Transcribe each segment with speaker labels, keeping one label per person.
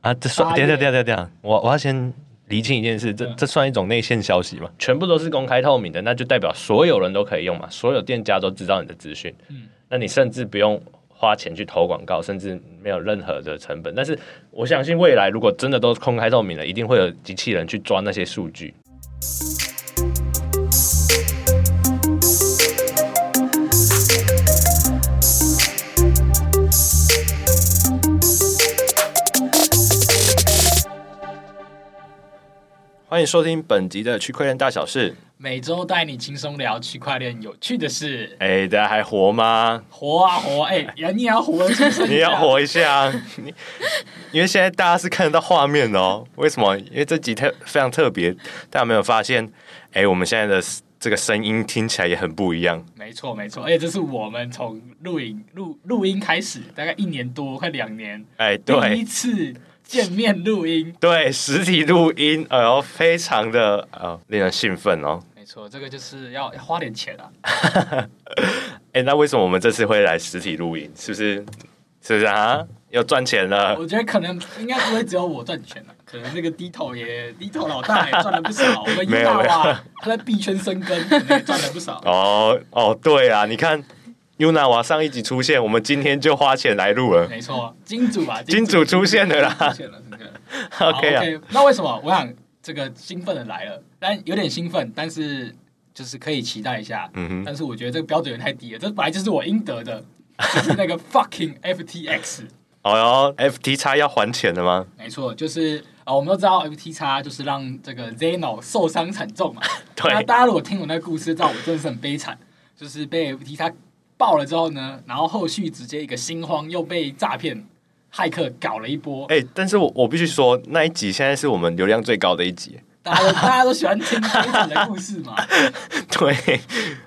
Speaker 1: 啊，这算
Speaker 2: 打
Speaker 1: 等
Speaker 2: 野
Speaker 1: 一下等一下等一下，我我要先厘清一件事，这这算一种内线消息吗？嗯全部都是公开透明的，那就代表所有人都可以用嘛，所有店家都知道你的资讯。
Speaker 2: 嗯
Speaker 1: 那你甚至不用花钱去投广告，甚至没有任何的成本。但是我相信未来如果真的都公开透明了，一定会有机器人去抓那些数据。欢迎收听本集的区块链大小事。
Speaker 2: 每周带你轻松聊区块链有趣的事，
Speaker 1: 哎，大家还活吗？
Speaker 2: 活啊活啊！哎、呀，你也要活得出声，
Speaker 1: 你要活一下啊，你因为现在大家是看得到画面的哦。为什么？因为这集特非常特别，大家有没有发现？哎、我们现在的 s- 这个声音听起来也很不一样。
Speaker 2: 没错没错，而且这是我们从录影录录音开始，大概一年多，快两年，
Speaker 1: 哎、
Speaker 2: 第一
Speaker 1: 对
Speaker 2: 次见面录音。
Speaker 1: 对，实体录音，哎呦，非常的呃令人兴奋哦。
Speaker 2: 没错，这个就是要要花点钱啊。
Speaker 1: 哎、那为什么我们这次会来实体录音？是不是？是不是啊？要赚钱了？
Speaker 2: 我觉得可能应该不会只有我赚钱了、 可能那个低头也低头老大也赚了不少。我们
Speaker 1: 没
Speaker 2: 伊
Speaker 1: 有
Speaker 2: 大
Speaker 1: 没有
Speaker 2: 娃他在币圈生根，可能也赚了不少。
Speaker 1: 哦哦，对啊，你看 Yuna 娃上一集出现，我们今天就花钱来录了。
Speaker 2: 没错，金主啊，
Speaker 1: 金主出现了啦
Speaker 2: 金主出现了，出现了。好
Speaker 1: OK 啊，
Speaker 2: OK，那为什么？我想这个兴奋的来了，但有点兴奋，但是就是可以期待一下。
Speaker 1: 嗯哼。
Speaker 2: 但是我觉得这个标准有点太低了，这本来就是我应得的， 就是那个 fucking FTX。
Speaker 1: 哦哟，FT x 要还钱的吗？
Speaker 2: 没错，就是啊、呃我们都知道 FT x 啊就是让这个 Zeno 受伤惨重嘛。
Speaker 1: 对
Speaker 2: 那大家如果听我那个故事，知道我真的是很悲惨，就是被 FT x 爆了之后呢，然后后续直接一个心慌，又被诈骗骇客搞了一波。
Speaker 1: 哎、但是我我必须说，那一集现在是我们流量最高的一集。
Speaker 2: 大家都大家都喜欢听悲惨的故事嘛。
Speaker 1: 对，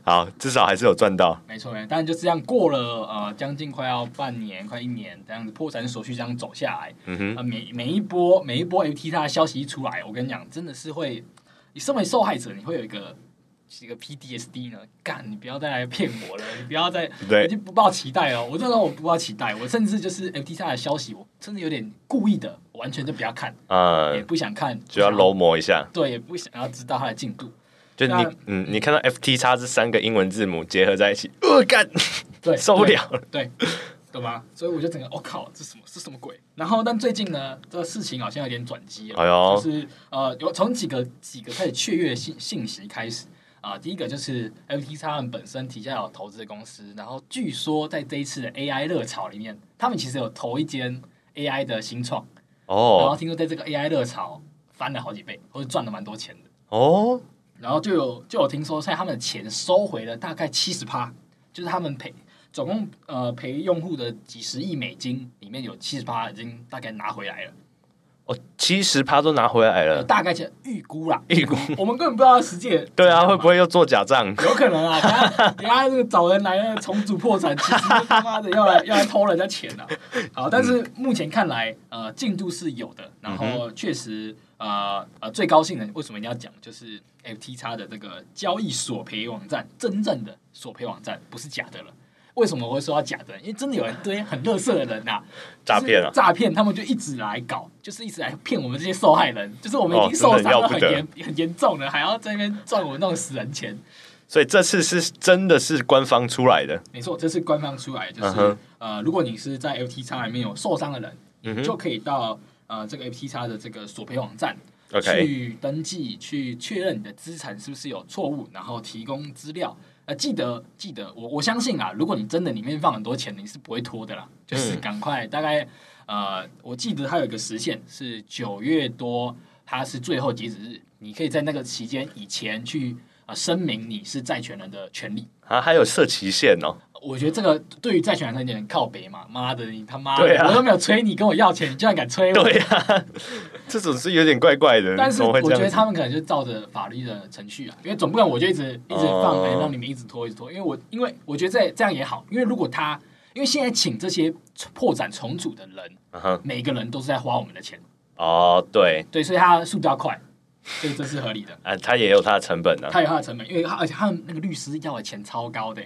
Speaker 1: 好，至少还是有赚到。
Speaker 2: 没错，没错当然就这样过了呃，将近快要半年、快一年这样子破产手续这样走下来，
Speaker 1: 嗯哼，
Speaker 2: 啊，每每一波每一波 FT 它的消息一出来，我跟你讲，真的是会，你身为受害者，你会有一个一个 PDSD 呢，干，你不要再来骗我了， 你不要再，
Speaker 1: 对
Speaker 2: 已经不抱期待了。我这时候我不抱期待，我甚至就是 FT 它的消息，我真的有点故意的，完全就不要看，也
Speaker 1: 嗯，
Speaker 2: 不想看，
Speaker 1: 就要
Speaker 2: 不想
Speaker 1: low 磨一下。
Speaker 2: 对，也不想要知道它的进度。
Speaker 1: 就你
Speaker 2: 那，
Speaker 1: 嗯，你看到 FT x 这三个英文字母结合在一起，呃，干，
Speaker 2: 对，
Speaker 1: 受不了了。
Speaker 2: 对，对，懂吗？所以我就整个，我、靠，这什么是什么鬼？然后，但最近呢，这个事情好像有点转机了，
Speaker 1: 哎呦
Speaker 2: 就，是呃，有从几个几个开始雀跃的信信息开始啊、第一个就是 FT 他们本身旗下有投资的公司，然后据说在这一次的 AI 热潮里面，他们其实有投一间 AI 的新创，然后
Speaker 1: 哦，
Speaker 2: 听说在这个 AI 热潮翻了好几倍，或者赚了蛮多钱的。
Speaker 1: 哦，
Speaker 2: 然后就有就有听说，在他们的钱收回了大概七十趴，就是他们赔总共呃赔用户的几十亿美金，里面有七十趴已经大概拿回来了，
Speaker 1: 哦，七十趴都拿回来
Speaker 2: 呃、
Speaker 1: 了，
Speaker 2: 大概是预估啦，
Speaker 1: 预估。
Speaker 2: 我们根本不知道实际。
Speaker 1: 对啊，会不？会又做假账？
Speaker 2: 有可能啊，等下 等下这个找人来那个重组破产，其实就他妈的要来 要来偷人家钱了、好，但是
Speaker 1: 嗯
Speaker 2: 目前看来，呃，进度是有的，然后确实，呃呃，最高兴的为什么一定要讲，就是 FT x 的这个交易索赔网站，真正的索赔网站不是假的了。为什么我会说到假的？因为真的有一堆很乐色的人呐、
Speaker 1: 诈骗啊
Speaker 2: 就是诈骗，他们就一直来搞，就是一直来骗我们这些受害人，就是我们已
Speaker 1: 哦
Speaker 2: 经受
Speaker 1: 真的
Speaker 2: 伤
Speaker 1: 要
Speaker 2: 了
Speaker 1: 不
Speaker 2: 很
Speaker 1: 得
Speaker 2: 严、很严重了，还要在那边赚我们那种死人钱。
Speaker 1: 所以这次是真的是官方出来的。
Speaker 2: 没错，这是官方出来的，就
Speaker 1: 嗯
Speaker 2: 是、
Speaker 1: 哼
Speaker 2: 呃，如果你是在 FT x 里面有受伤的人，
Speaker 1: 嗯
Speaker 2: 你
Speaker 1: 哼
Speaker 2: 就可以到呃这个 FT x 的这个索赔网站
Speaker 1: ，OK，
Speaker 2: 去登记，去确认你的资产是不是有错误，然后提供资料。呃，记得记得，我我相信啊，如果你真的里面放很多钱，你是不会拖的啦，就是
Speaker 1: 嗯
Speaker 2: 赶快，大概呃，我记得它有一个时限是九月多，它是最后截止日，你可以在那个期间以前去啊、呃声明你是债权人的权利。
Speaker 1: 啊，还有设期限哦。
Speaker 2: 我觉得这个对于债权人有点靠北嘛，妈的，你他妈 的，
Speaker 1: 对啊
Speaker 2: 我都没有催你跟我要钱，你居然敢催我！
Speaker 1: 对呀、这种是有点怪怪的。
Speaker 2: 但是
Speaker 1: 怎么
Speaker 2: 我
Speaker 1: 会这
Speaker 2: 觉
Speaker 1: 样
Speaker 2: 得
Speaker 1: 子？
Speaker 2: 他们可能就照着法律的程序啊，因为总不可能我就一直一直放，
Speaker 1: 哦
Speaker 2: 哎、让你们一直拖一直拖，因为我因为我觉得这这样也好，因为如果他因为现在请这些破产重组的人，
Speaker 1: 嗯哼，
Speaker 2: 每个人都是在花我们的钱，
Speaker 1: 哦，对，
Speaker 2: 对，所以他速度要快，所以这 是合理的。
Speaker 1: 啊，他也有他的成本呢、啊。
Speaker 2: 他有他的成本，因为他而且他们那个律师要的钱超高的、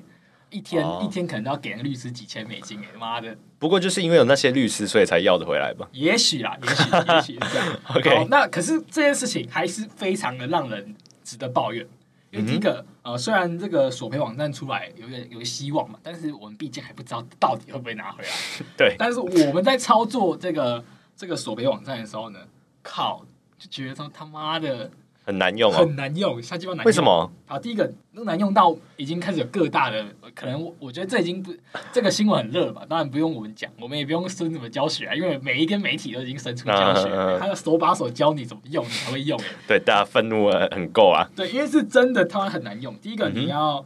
Speaker 2: 一天、
Speaker 1: 哦
Speaker 2: 一天可能都要给那个律师几千美金、哎妈的，
Speaker 1: 不过就是因为有那些律师，所以才要得回来吧。
Speaker 2: 也 许啦，也许也许是这样。
Speaker 1: OK
Speaker 2: 好那可是这件事情还是非常的让人值得抱
Speaker 1: 嗯
Speaker 2: 怨。因为第一个，呃，虽然这个索赔网站出来有点有希望嘛，但是我们毕竟还不知道到底会不会拿回来。
Speaker 1: 对，
Speaker 2: 但是我们在操作这个这个索赔网站的时候呢，靠，就觉得说他妈的
Speaker 1: 很难用哦。
Speaker 2: 很难用，下鸡巴难用。
Speaker 1: 为什？么？
Speaker 2: 好，第一个那个难用到已经开始有各大的，可能我我觉得这已经不这个新闻很热吧，当然不用我们讲，我们也不用生什么教学啊，因为每一个媒体都已经生出教学，
Speaker 1: 嗯嗯嗯
Speaker 2: 他要手把手教你怎么用，你才会用。
Speaker 1: 对，大家愤怒呃很够啊。
Speaker 2: 对，因为是真的，它很难用。第一个，
Speaker 1: 嗯哼
Speaker 2: 你要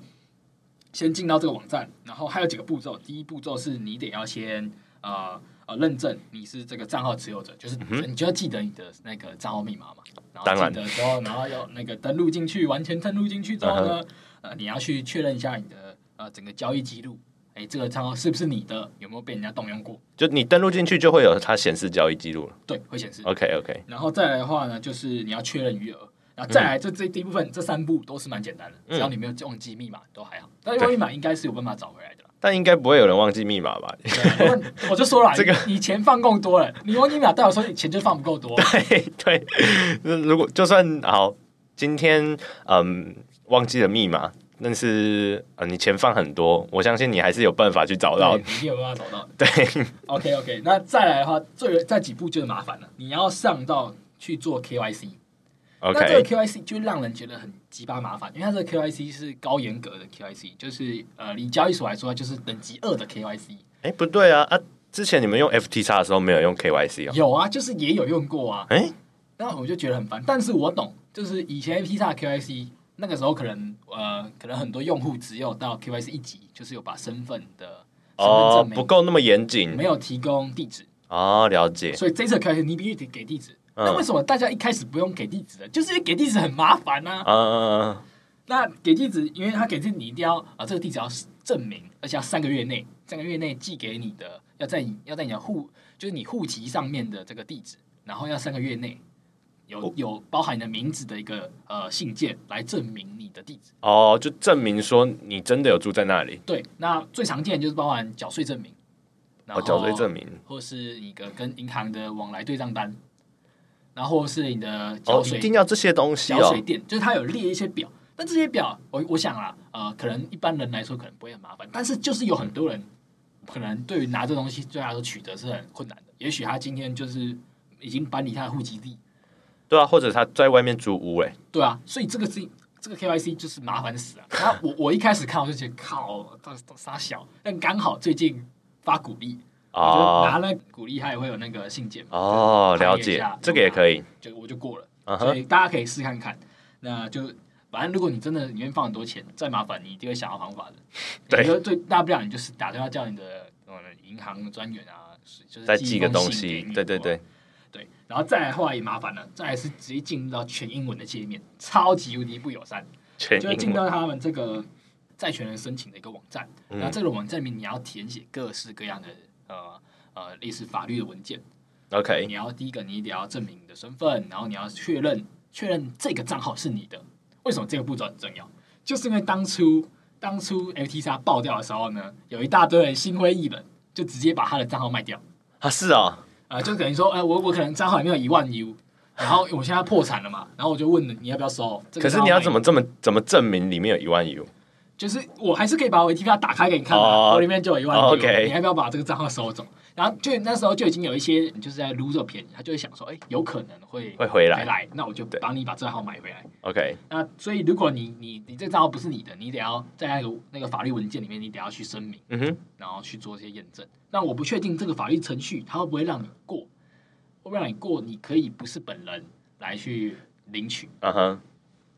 Speaker 2: 先进到这个网站，然后还有几个步骤。第一步骤是你得要先呃呃认证你是这个账号持有者，就是
Speaker 1: 嗯哼
Speaker 2: 你就要记得你的那个账号密码嘛。然
Speaker 1: 当
Speaker 2: 后
Speaker 1: 然
Speaker 2: 记得之后，然后要那个登录进去，完全登录进去之后
Speaker 1: 嗯
Speaker 2: 呢，呃，你要去确认一下你的呃整个交易记录，哎，这个账号是不是你的，有没有被人家动用过？
Speaker 1: 就你登录进去就会有它显示交易记录了。
Speaker 2: 对，会显示。
Speaker 1: OK OK，
Speaker 2: 然后再来的话呢，就是你要确认余额，然后再来这这第一部分，这三步都是蛮简单的，
Speaker 1: 嗯
Speaker 2: 只要你没有忘记密码都还好。但是忘记密码应该是有办法找回来 的啦。
Speaker 1: 但应该不会有人忘记密 码吧？
Speaker 2: 对啊因为我就说了，
Speaker 1: 这个
Speaker 2: 你你钱放够多了，你忘记密码代表说你钱就放不够多。
Speaker 1: 嘿对，如果就算好，今天嗯忘记了密码，但是呃你钱放很多，我相信你还是有办法去找到
Speaker 2: 对。你一定有办法找到的。
Speaker 1: 对，
Speaker 2: OK OK，那再来的话，最有再几步就是麻烦了，你要上到去做 KYC。那这个
Speaker 1: OK，
Speaker 2: KYC 就让人觉得很鸡巴麻烦，因为它这个 KYC 是高严格的 KYC，就是呃，以交易所来说，它就是等级二的 KYC。
Speaker 1: 哎、不对啊啊！之前你们用 FT 叉的时候没有用 KYC 哦？
Speaker 2: 有啊，就是也有用过啊。
Speaker 1: 哎、
Speaker 2: 然后我就觉得很烦，但是我懂，就是以前 P 叉 KYC 那个时候，可能呃，可能很多用户只有到 KYC 一级，就是有把身份的身份
Speaker 1: 哦
Speaker 2: 证，明
Speaker 1: 不够那么严谨
Speaker 2: 没有提供地址，
Speaker 1: 哦，了解。
Speaker 2: 所以这次 KYC 你必须得给地址。
Speaker 1: 嗯
Speaker 2: 那为什么大家一开始不用给地址的？就是因为给地址很麻烦啊。
Speaker 1: 啊，
Speaker 2: 那给地址，因为他给地址，你一定要啊、这个地址要证明，而且要三个月内，三个月内寄给你的，要在你要在你的户，就是你户籍上面的这个地址，然后要三个月内有
Speaker 1: 哦
Speaker 2: 有包含你的名字的一个呃信件来证明你的地址。
Speaker 1: 哦，就证明说你真的有住在那里，
Speaker 2: 对，那最常见就是包含缴税证明，然
Speaker 1: 哦，
Speaker 2: 后
Speaker 1: 缴税证，明，
Speaker 2: 或是一个跟银行的往来对账单，然后是你的
Speaker 1: 哦
Speaker 2: 缴，税
Speaker 1: 一定要这些东西
Speaker 2: 小
Speaker 1: 哦
Speaker 2: 水。电，就是它有列一些表，但这些表，我我想啦，呃，可能一般人来说可能不会很麻烦，但是就是有很多人可能对于拿这东西对他来说取得是很困难的。也许他今天就是已经搬离他的户籍地，
Speaker 1: 对啊，或者他在外面租屋，哎，
Speaker 2: 对啊，所以这个是这个 KYC 就是麻烦死了。然后我我一开始看我就觉得靠，他傻小，但刚好最近发鼓励，我就拿
Speaker 1: 哦，
Speaker 2: 了鼓励，他也会有那个信件嘛，
Speaker 1: 哦，
Speaker 2: 就
Speaker 1: 了
Speaker 2: 看一
Speaker 1: 解
Speaker 2: 下，
Speaker 1: 这个也可以，
Speaker 2: 就我就过了。
Speaker 1: 嗯
Speaker 2: 所
Speaker 1: 哼，
Speaker 2: 以大家可以试看看。那就反正如果你真的里面放很多钱，再麻烦你一定会想到方法的。
Speaker 1: 对
Speaker 2: 你就最大不了你就是打电话叫你的呃银行专员啊，就是
Speaker 1: 再
Speaker 2: 寄
Speaker 1: 寄
Speaker 2: 一
Speaker 1: 个
Speaker 2: 封
Speaker 1: 东
Speaker 2: 信给
Speaker 1: 西
Speaker 2: 你，
Speaker 1: 对对对，
Speaker 2: 对。然后再来后来也麻烦了，再来是直接进入到全英文的界面，超级无敌不友善，
Speaker 1: 全
Speaker 2: 就是
Speaker 1: 英
Speaker 2: 进
Speaker 1: 文，
Speaker 2: 到他们这个债权人申请的一个网站。
Speaker 1: 嗯
Speaker 2: 那这个网站里面你要填写各式各样的呃呃类似法律的文件。
Speaker 1: ，OK，
Speaker 2: 你要第一个，你得要证明你的身份，然后你要确认确认这个账号是你的。为什么这个步骤很重要？就是因为当初当初 FT 沙爆掉的时候呢，有一大堆人心灰意冷，就直接把他的账号卖掉。
Speaker 1: 啊，是哦，
Speaker 2: 啊，就等于说，哎、我我可能账号里面有一万 U，然后我现在破产了嘛，然后我就问你，你要不要收？这个
Speaker 1: 可是
Speaker 2: 账号
Speaker 1: 你要
Speaker 2: 卖
Speaker 1: 怎么这么怎么证明里面有一万 U？
Speaker 2: 就是我还是可以把我 ATP 打开给你看的、
Speaker 1: 哦
Speaker 2: 我里面就有一万
Speaker 1: 哦
Speaker 2: 多。
Speaker 1: ，OK
Speaker 2: 你要不要把这个账号收走？然后就那时候就已经有一些人就是在撸这个便宜，他就会想说，哎、有可能会
Speaker 1: 会回来
Speaker 2: 那我就
Speaker 1: 对
Speaker 2: 帮你把账号买回来。
Speaker 1: OK，
Speaker 2: 那所以如果你你你这账号不是你的，你得要在那个那个法律文件里面，你得要去声明，
Speaker 1: 嗯哼，
Speaker 2: 然后去做一些验证。那我不确定这个法律程序它会不会让你过，会不会让你过？你可以不是本人来去领取。
Speaker 1: 嗯哼，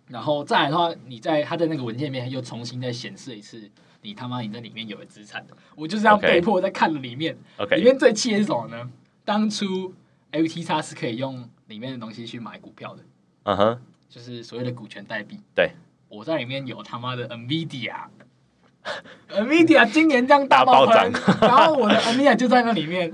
Speaker 2: 然后再来的话，你在他的那个文件里面又重新再显示一次，你他妈你在里面有的资产。我就这样
Speaker 1: OK
Speaker 2: 被迫在看了里面里
Speaker 1: OK，
Speaker 2: 面最气的是什么呢？当初 FT 叉是可以用里面的东西去买股票的，
Speaker 1: 嗯哼，
Speaker 2: 就是所谓的股权代币。
Speaker 1: 对，
Speaker 2: 我在里面有他妈的 NVIDIA，NVIDIA 今年这样大爆
Speaker 1: 大
Speaker 2: 喷
Speaker 1: 暴，
Speaker 2: 然后我的 NVIDIA 就在那里面，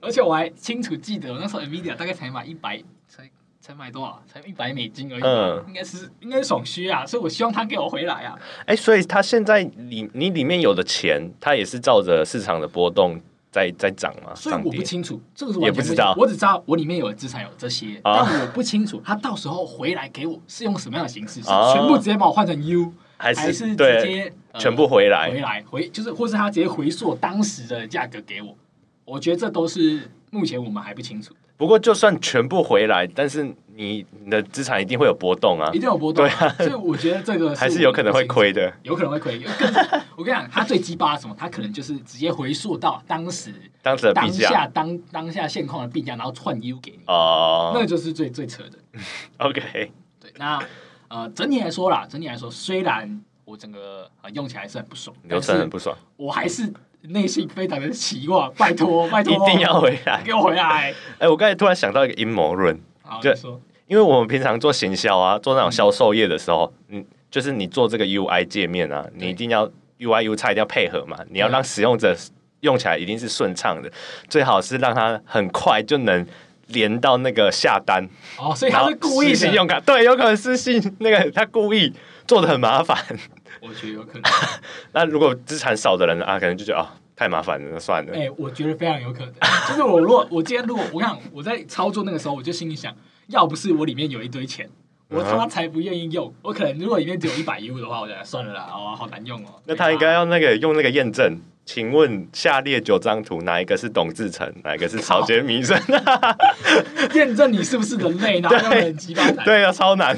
Speaker 2: 而且我还清楚记得，我那时候 NVIDIA 大概才买一百，才才买多少？啊才一百美金而已，
Speaker 1: 嗯
Speaker 2: 应该是应该是爽虚啊，所以我希望他给我回来啊。
Speaker 1: 哎、所以它现在里你里面有的钱，它也是照着市场的波动在在涨吗？
Speaker 2: 所以
Speaker 1: 涨
Speaker 2: 我
Speaker 1: 跌
Speaker 2: 不清楚，这个是
Speaker 1: 也
Speaker 2: 完
Speaker 1: 不
Speaker 2: 全
Speaker 1: 知
Speaker 2: 清楚
Speaker 1: 道
Speaker 2: 我只知道我里面有的资产有这些，
Speaker 1: 啊
Speaker 2: 但我不清楚他到时候回来给我是用什么样的形式，是
Speaker 1: 啊
Speaker 2: 全部直接把我换成 U，
Speaker 1: 还
Speaker 2: 还是直
Speaker 1: 对
Speaker 2: 接、呃
Speaker 1: 全部回来
Speaker 2: 回来回，就是或是他直接回溯当时的价格给我？我觉得这都是目前我们还不清楚，
Speaker 1: 不过就算全部回来，但是你你的资产一定会有波动啊
Speaker 2: 一，定有波动、所以我觉得这个
Speaker 1: 还
Speaker 2: 是
Speaker 1: 是有可能会
Speaker 2: 我们不清楚
Speaker 1: 亏的。
Speaker 2: 有可能会亏。有更我跟你讲，他最鸡巴的是什么？他可能就是直接回溯到当时
Speaker 1: 当时的
Speaker 2: 当
Speaker 1: 币价
Speaker 2: 下当当下现况的币价，然后串 U 给你，那
Speaker 1: 哦
Speaker 2: 个就是最最扯的。
Speaker 1: ，OK，
Speaker 2: 对，那呃，整体来说啦，整体来说，虽然我整个呃用起来是很不爽，
Speaker 1: 流
Speaker 2: 但
Speaker 1: 程很
Speaker 2: 是
Speaker 1: 不爽，
Speaker 2: 我还是内心非常的期望，拜托，拜托，
Speaker 1: 一定要回 来。
Speaker 2: 给我回来。
Speaker 1: 哎、我刚才突然想到一个阴谋论，
Speaker 2: 好，
Speaker 1: 对
Speaker 2: 你说，
Speaker 1: 因为我们平常做行销啊，做那种销售业的时候，嗯，就是你做这个 UI 界面啊，你
Speaker 2: 对
Speaker 1: 一定要 UI U 差一定要配合嘛，你要让使用者用起来一定是顺畅的，最好是让他很快就能连到那个下单，
Speaker 2: 哦，所以
Speaker 1: 然
Speaker 2: 他
Speaker 1: 后
Speaker 2: 是故意
Speaker 1: 私信
Speaker 2: 的，
Speaker 1: 用卡，对，有可能私信那个他故意做的很麻烦。
Speaker 2: 我觉得有可能。
Speaker 1: 那如果资产少的人啊，可能就觉得啊、太麻烦了，那算了。
Speaker 2: 哎、我觉得非常有可能。就是我如果我今天如果我想我在操作那个时候，我就心里想，要不是我里面有一堆钱，我
Speaker 1: 嗯
Speaker 2: 他妈才不愿意用。我可能如果里面只有一百 U 的话，我就算了啦，哦，好难用哦。
Speaker 1: 那他应该要那个用那个验证。请问下列九张图哪一个是董志成，哪一个是草间弥 生？
Speaker 2: 验证你是不是人类，然后让人鸡巴难。
Speaker 1: 对啊，超 难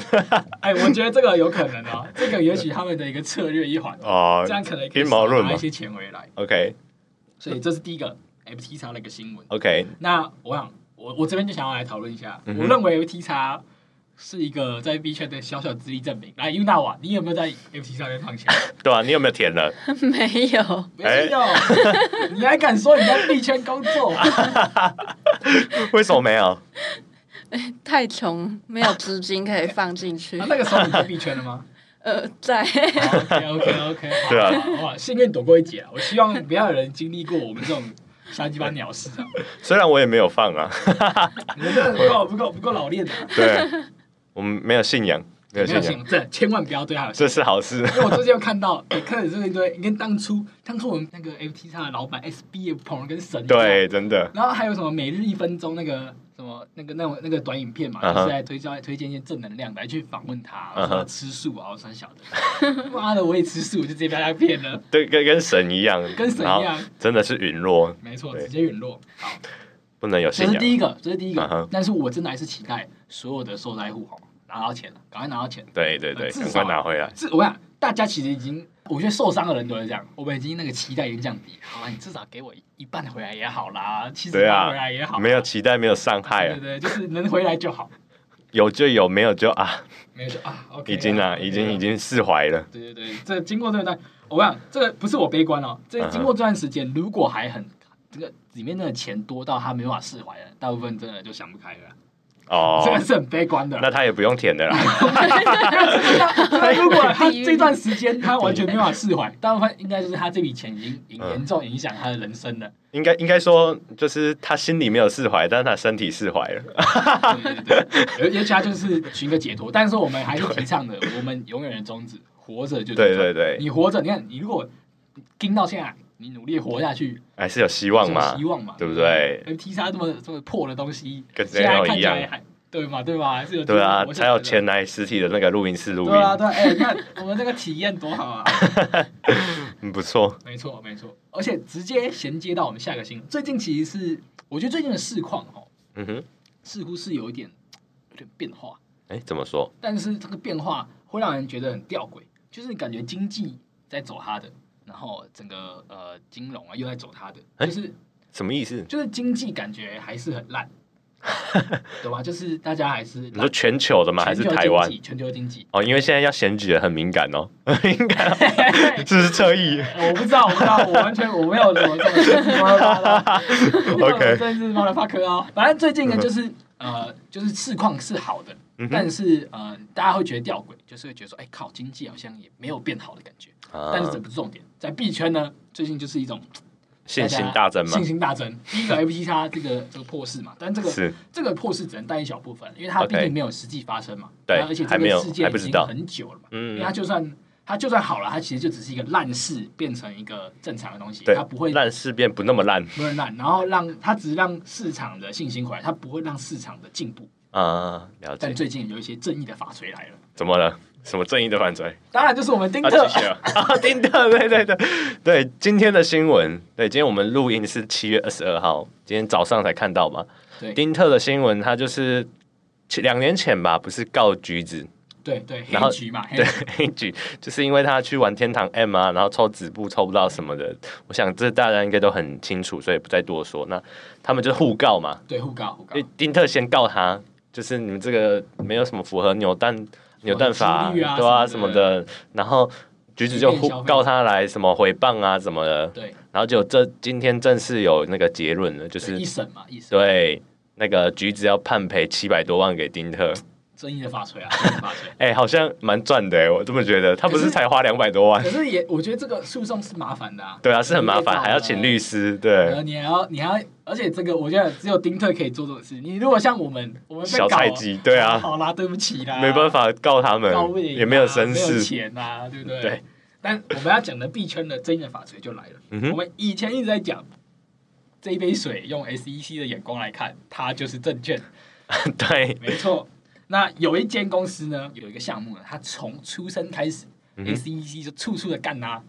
Speaker 2: 哎、我觉得这个有可能哦，这个也许他们的一个策略一环，
Speaker 1: 哦
Speaker 2: 这。样可能可以
Speaker 1: 阴谋论嘛
Speaker 2: 拿一些钱回来。
Speaker 1: OK
Speaker 2: 所以这是第一个哎 FT 叉的一个新闻。
Speaker 1: OK，
Speaker 2: 那我想，我我这边就想要来讨论一下，
Speaker 1: 嗯哼
Speaker 2: 我认为 FT 叉是一个在 B 圈的小小资历证明。来 u n a 瓦，你有没有在 FT 上面放钱？
Speaker 1: 对啊，你有没有填了？
Speaker 3: 没有，
Speaker 1: 哎
Speaker 2: 没 有，你还敢说你在币圈工作？啊
Speaker 1: 为什么没有？
Speaker 3: 太穷，没有资金可以放进去
Speaker 2: 那。那个时候你在币圈了吗
Speaker 3: 呃，在
Speaker 2: ？OK OK OK，
Speaker 1: 对啊
Speaker 2: 哇，幸运躲过一劫啊！我希望不要有人经历过我们这种瞎鸡巴鸟事 啊！
Speaker 1: 虽然我也没有放 啊，
Speaker 2: 你们真的不够不够不够老练的、啊，
Speaker 1: 对，我们没有信仰，没有
Speaker 2: 没
Speaker 1: 信
Speaker 2: 有
Speaker 1: 仰，
Speaker 2: 行，真的千万不要对他有信
Speaker 1: 这是好事。
Speaker 2: 因为我最近又看到，也看了这一堆，你跟当初当初我们那个 FT 上的老板 SBF 捧跟神一样，
Speaker 1: 对，真的，
Speaker 2: 然后还有什么每日一分钟那个什么那个那种那个短影片嘛，
Speaker 1: 嗯哼
Speaker 2: 就是在推销推荐一些正能量的，来去访问他，
Speaker 1: 嗯哼
Speaker 2: 然后说他吃素啊，我说小的， 妈的我也吃素，我就直接被他骗了，
Speaker 1: 对，跟跟神一样，
Speaker 2: 跟神一
Speaker 1: 然
Speaker 2: 样
Speaker 1: 后，真的是陨落，
Speaker 2: 没错，
Speaker 1: 对啊
Speaker 2: 直接陨落。好，
Speaker 1: 不能有
Speaker 2: 这
Speaker 1: 信
Speaker 2: 是第
Speaker 1: 仰。
Speaker 2: 一个，这是第一
Speaker 1: 嗯
Speaker 2: 个
Speaker 1: 哼，
Speaker 2: 但是我真的还是期待所有的受灾户哦拿到钱了，赶快拿到钱。
Speaker 1: 对对对，
Speaker 2: 啊至
Speaker 1: 赶
Speaker 2: 少
Speaker 1: 快拿回来。
Speaker 2: 这我想大家其实已经，我觉得受伤的人都是这样，我们已经那个期待已经降低，好了，你至少给我一半回来也好啦，七十
Speaker 1: 对
Speaker 2: 八
Speaker 1: 啊
Speaker 2: 回来也好啦，
Speaker 1: 没有期待，没有伤害
Speaker 2: 对
Speaker 1: 啊
Speaker 2: 对，对，就是能回来就好，
Speaker 1: 有就有，没有就啊，
Speaker 2: 没有就啊，OK，
Speaker 1: 已经啊，
Speaker 2: OK
Speaker 1: 已经已，经释怀了。
Speaker 2: 对对对，这经过这段，我想这个不是我悲观哦，这
Speaker 1: 嗯哼
Speaker 2: 经过这段时间，如果还很这个里面的钱多到他没办法释怀了，大部分真的就想不开了，
Speaker 1: 哦
Speaker 2: 这，个是很啊悲观的。
Speaker 1: 那他也不用填的啦。
Speaker 2: 那如 果他这段时间他完全没办法释怀，大部分应该就是他这笔钱已经影
Speaker 1: 嗯
Speaker 2: 严重影响他的人生了。
Speaker 1: 应该应该说，就是他心里没有释怀，但是他身体释怀了。
Speaker 2: 对对对，而而且他就是寻个解脱。但是我们还是提倡的，我们永远的宗旨，活着就是
Speaker 1: 对对对，
Speaker 2: 你活着，你看你如果盯到现在，你努力活下去，
Speaker 1: 还是有希望
Speaker 2: 就是
Speaker 1: 嘛
Speaker 2: 有希。望嘛，
Speaker 1: 对不对
Speaker 2: ？T 叉这么这么破的东西，
Speaker 1: 跟
Speaker 2: 现在
Speaker 1: Zeno
Speaker 2: 看起
Speaker 1: 一
Speaker 2: 来
Speaker 1: 样
Speaker 2: 还对嘛对嘛，还是有
Speaker 1: 对啊，
Speaker 2: 机会活下
Speaker 1: 才
Speaker 2: 来
Speaker 1: 有
Speaker 2: 的。
Speaker 1: 钱来实体的那个录音室录音
Speaker 2: 对，啊，对啊，哎，你看我们这个体验多好啊！
Speaker 1: 嗯，不错。
Speaker 2: 没错，没错，而且直接衔接到我们下一个新闻。最近其实是，我觉得最近的市况哦，
Speaker 1: 嗯哼，
Speaker 2: 似乎是有一点有点变化，
Speaker 1: 哎，怎么说？
Speaker 2: 但是这个变化会让人觉得很吊诡，就是感觉经济在走它的，然后整个呃金融啊又在走它的，
Speaker 1: 哎
Speaker 2: 就是
Speaker 1: 什么意思？
Speaker 2: 就是经济感觉还是很 烂，懂吗？就是大家还是
Speaker 1: 你说全球的吗？还是台湾？？
Speaker 2: 全球经济？
Speaker 1: 哦，因为现在要选举了很敏感哦，敏感哦，是不是侧翼？
Speaker 2: 呃我不知道，我不知道，我完全我没有怎么这么政治妈的
Speaker 1: OK
Speaker 2: 政治妈的 fuck 啊！反正最近呢，就是呃，就是市况是好的，
Speaker 1: 嗯哼
Speaker 2: 但是呃，大家会觉得吊诡，就是会觉得说，哎、靠，经济好像也没有变好的感觉。
Speaker 1: 啊
Speaker 2: 但是这不是重点，在币圈呢，最近就是一种
Speaker 1: 信心
Speaker 2: 大家
Speaker 1: 大增嘛
Speaker 2: 信，心大增。第一个 FP 它这个这个破事嘛，但这个
Speaker 1: 是
Speaker 2: 这个破事只能带一小部分，因为它毕
Speaker 1: OK
Speaker 2: 竟没有实际发生嘛。
Speaker 1: 对
Speaker 2: 那而且
Speaker 1: 还
Speaker 2: 这
Speaker 1: 没有
Speaker 2: 个事件
Speaker 1: 还不
Speaker 2: 已
Speaker 1: 知
Speaker 2: 经
Speaker 1: 道
Speaker 2: 很久了嘛，因为
Speaker 1: 嗯
Speaker 2: 它，就算它就算好了，它其实就只是一个烂事变成一个正常的东西，
Speaker 1: 对
Speaker 2: 它不会
Speaker 1: 烂事变不那么烂
Speaker 2: 不会烂，然后让它只是让市场的信心回来，它不会让市场的进步。
Speaker 1: 啊，了
Speaker 2: 但
Speaker 1: 解，
Speaker 2: 最近有一些正义的法锤来了，
Speaker 1: 怎么了？什么正义的犯罪？
Speaker 2: 当然就是我们丁
Speaker 1: 啊，
Speaker 2: 特
Speaker 1: 继续 啊，啊，丁特，对对对对，今天的新闻，对，今天我们录音是七月二十二号，今天早上才看到嘛。
Speaker 2: 对
Speaker 1: 丁特的新闻，他就是前两年前吧，不是告橘子，
Speaker 2: 对对
Speaker 1: 然后
Speaker 2: 黑局嘛，黑
Speaker 1: 对，黑橘，就是因为他去玩天堂 M 啊，然后抽纸布抽不到什么的，我想这大家应该都很清楚，所以不再多说。那他们就互告嘛，
Speaker 2: 对互告互告
Speaker 1: 因为，丁特先告他，就是你们这个没有什么符合扭蛋扭蛋法，
Speaker 2: 什么几率啊
Speaker 1: 对啊什
Speaker 2: 什
Speaker 1: 么
Speaker 2: 么
Speaker 1: 的，然后橘子就
Speaker 2: 欺骗
Speaker 1: 互
Speaker 2: 消费者
Speaker 1: 告他来什么诽谤啊什么的，
Speaker 2: 对，
Speaker 1: 然后就这今天正式有那个结论了，就
Speaker 2: 对
Speaker 1: 是
Speaker 2: 一审嘛一审。
Speaker 1: 对那个橘子要判赔七百多万给丁特，
Speaker 2: 正义的法锤啊，正义的法锤。
Speaker 1: 哎、好像蛮赚的哎、我这么觉得，他不是才花两百多万
Speaker 2: 可，是也，我觉得这个诉讼是麻烦的啊。
Speaker 1: 对啊，是很麻
Speaker 2: 你得
Speaker 1: 烦，
Speaker 2: 找
Speaker 1: 还要请律师，
Speaker 2: 呃，
Speaker 1: 对，
Speaker 2: 你还要，你还要，而且这个我觉得只有丁特可以做这种事。你如果像我们，我们被
Speaker 1: 小
Speaker 2: 搞
Speaker 1: 菜
Speaker 2: 了
Speaker 1: 鸡对啊
Speaker 2: 好啦，对不起啦，
Speaker 1: 没办，法告他们
Speaker 2: 告不，赢啊
Speaker 1: 也没有绅
Speaker 2: 没有
Speaker 1: 士，
Speaker 2: 钱啊，对不对？
Speaker 1: 对
Speaker 2: 但我们要讲的币圈的正义的法锤就来了。
Speaker 1: 嗯哼
Speaker 2: 我们以前一直在讲，这一杯水用 SEC 的眼光来看，它就是证券，
Speaker 1: 对，
Speaker 2: 没错。那有一间公司呢，有一个项目呢，它从出生开始、
Speaker 1: 嗯哼
Speaker 2: s e c 就处处的干它。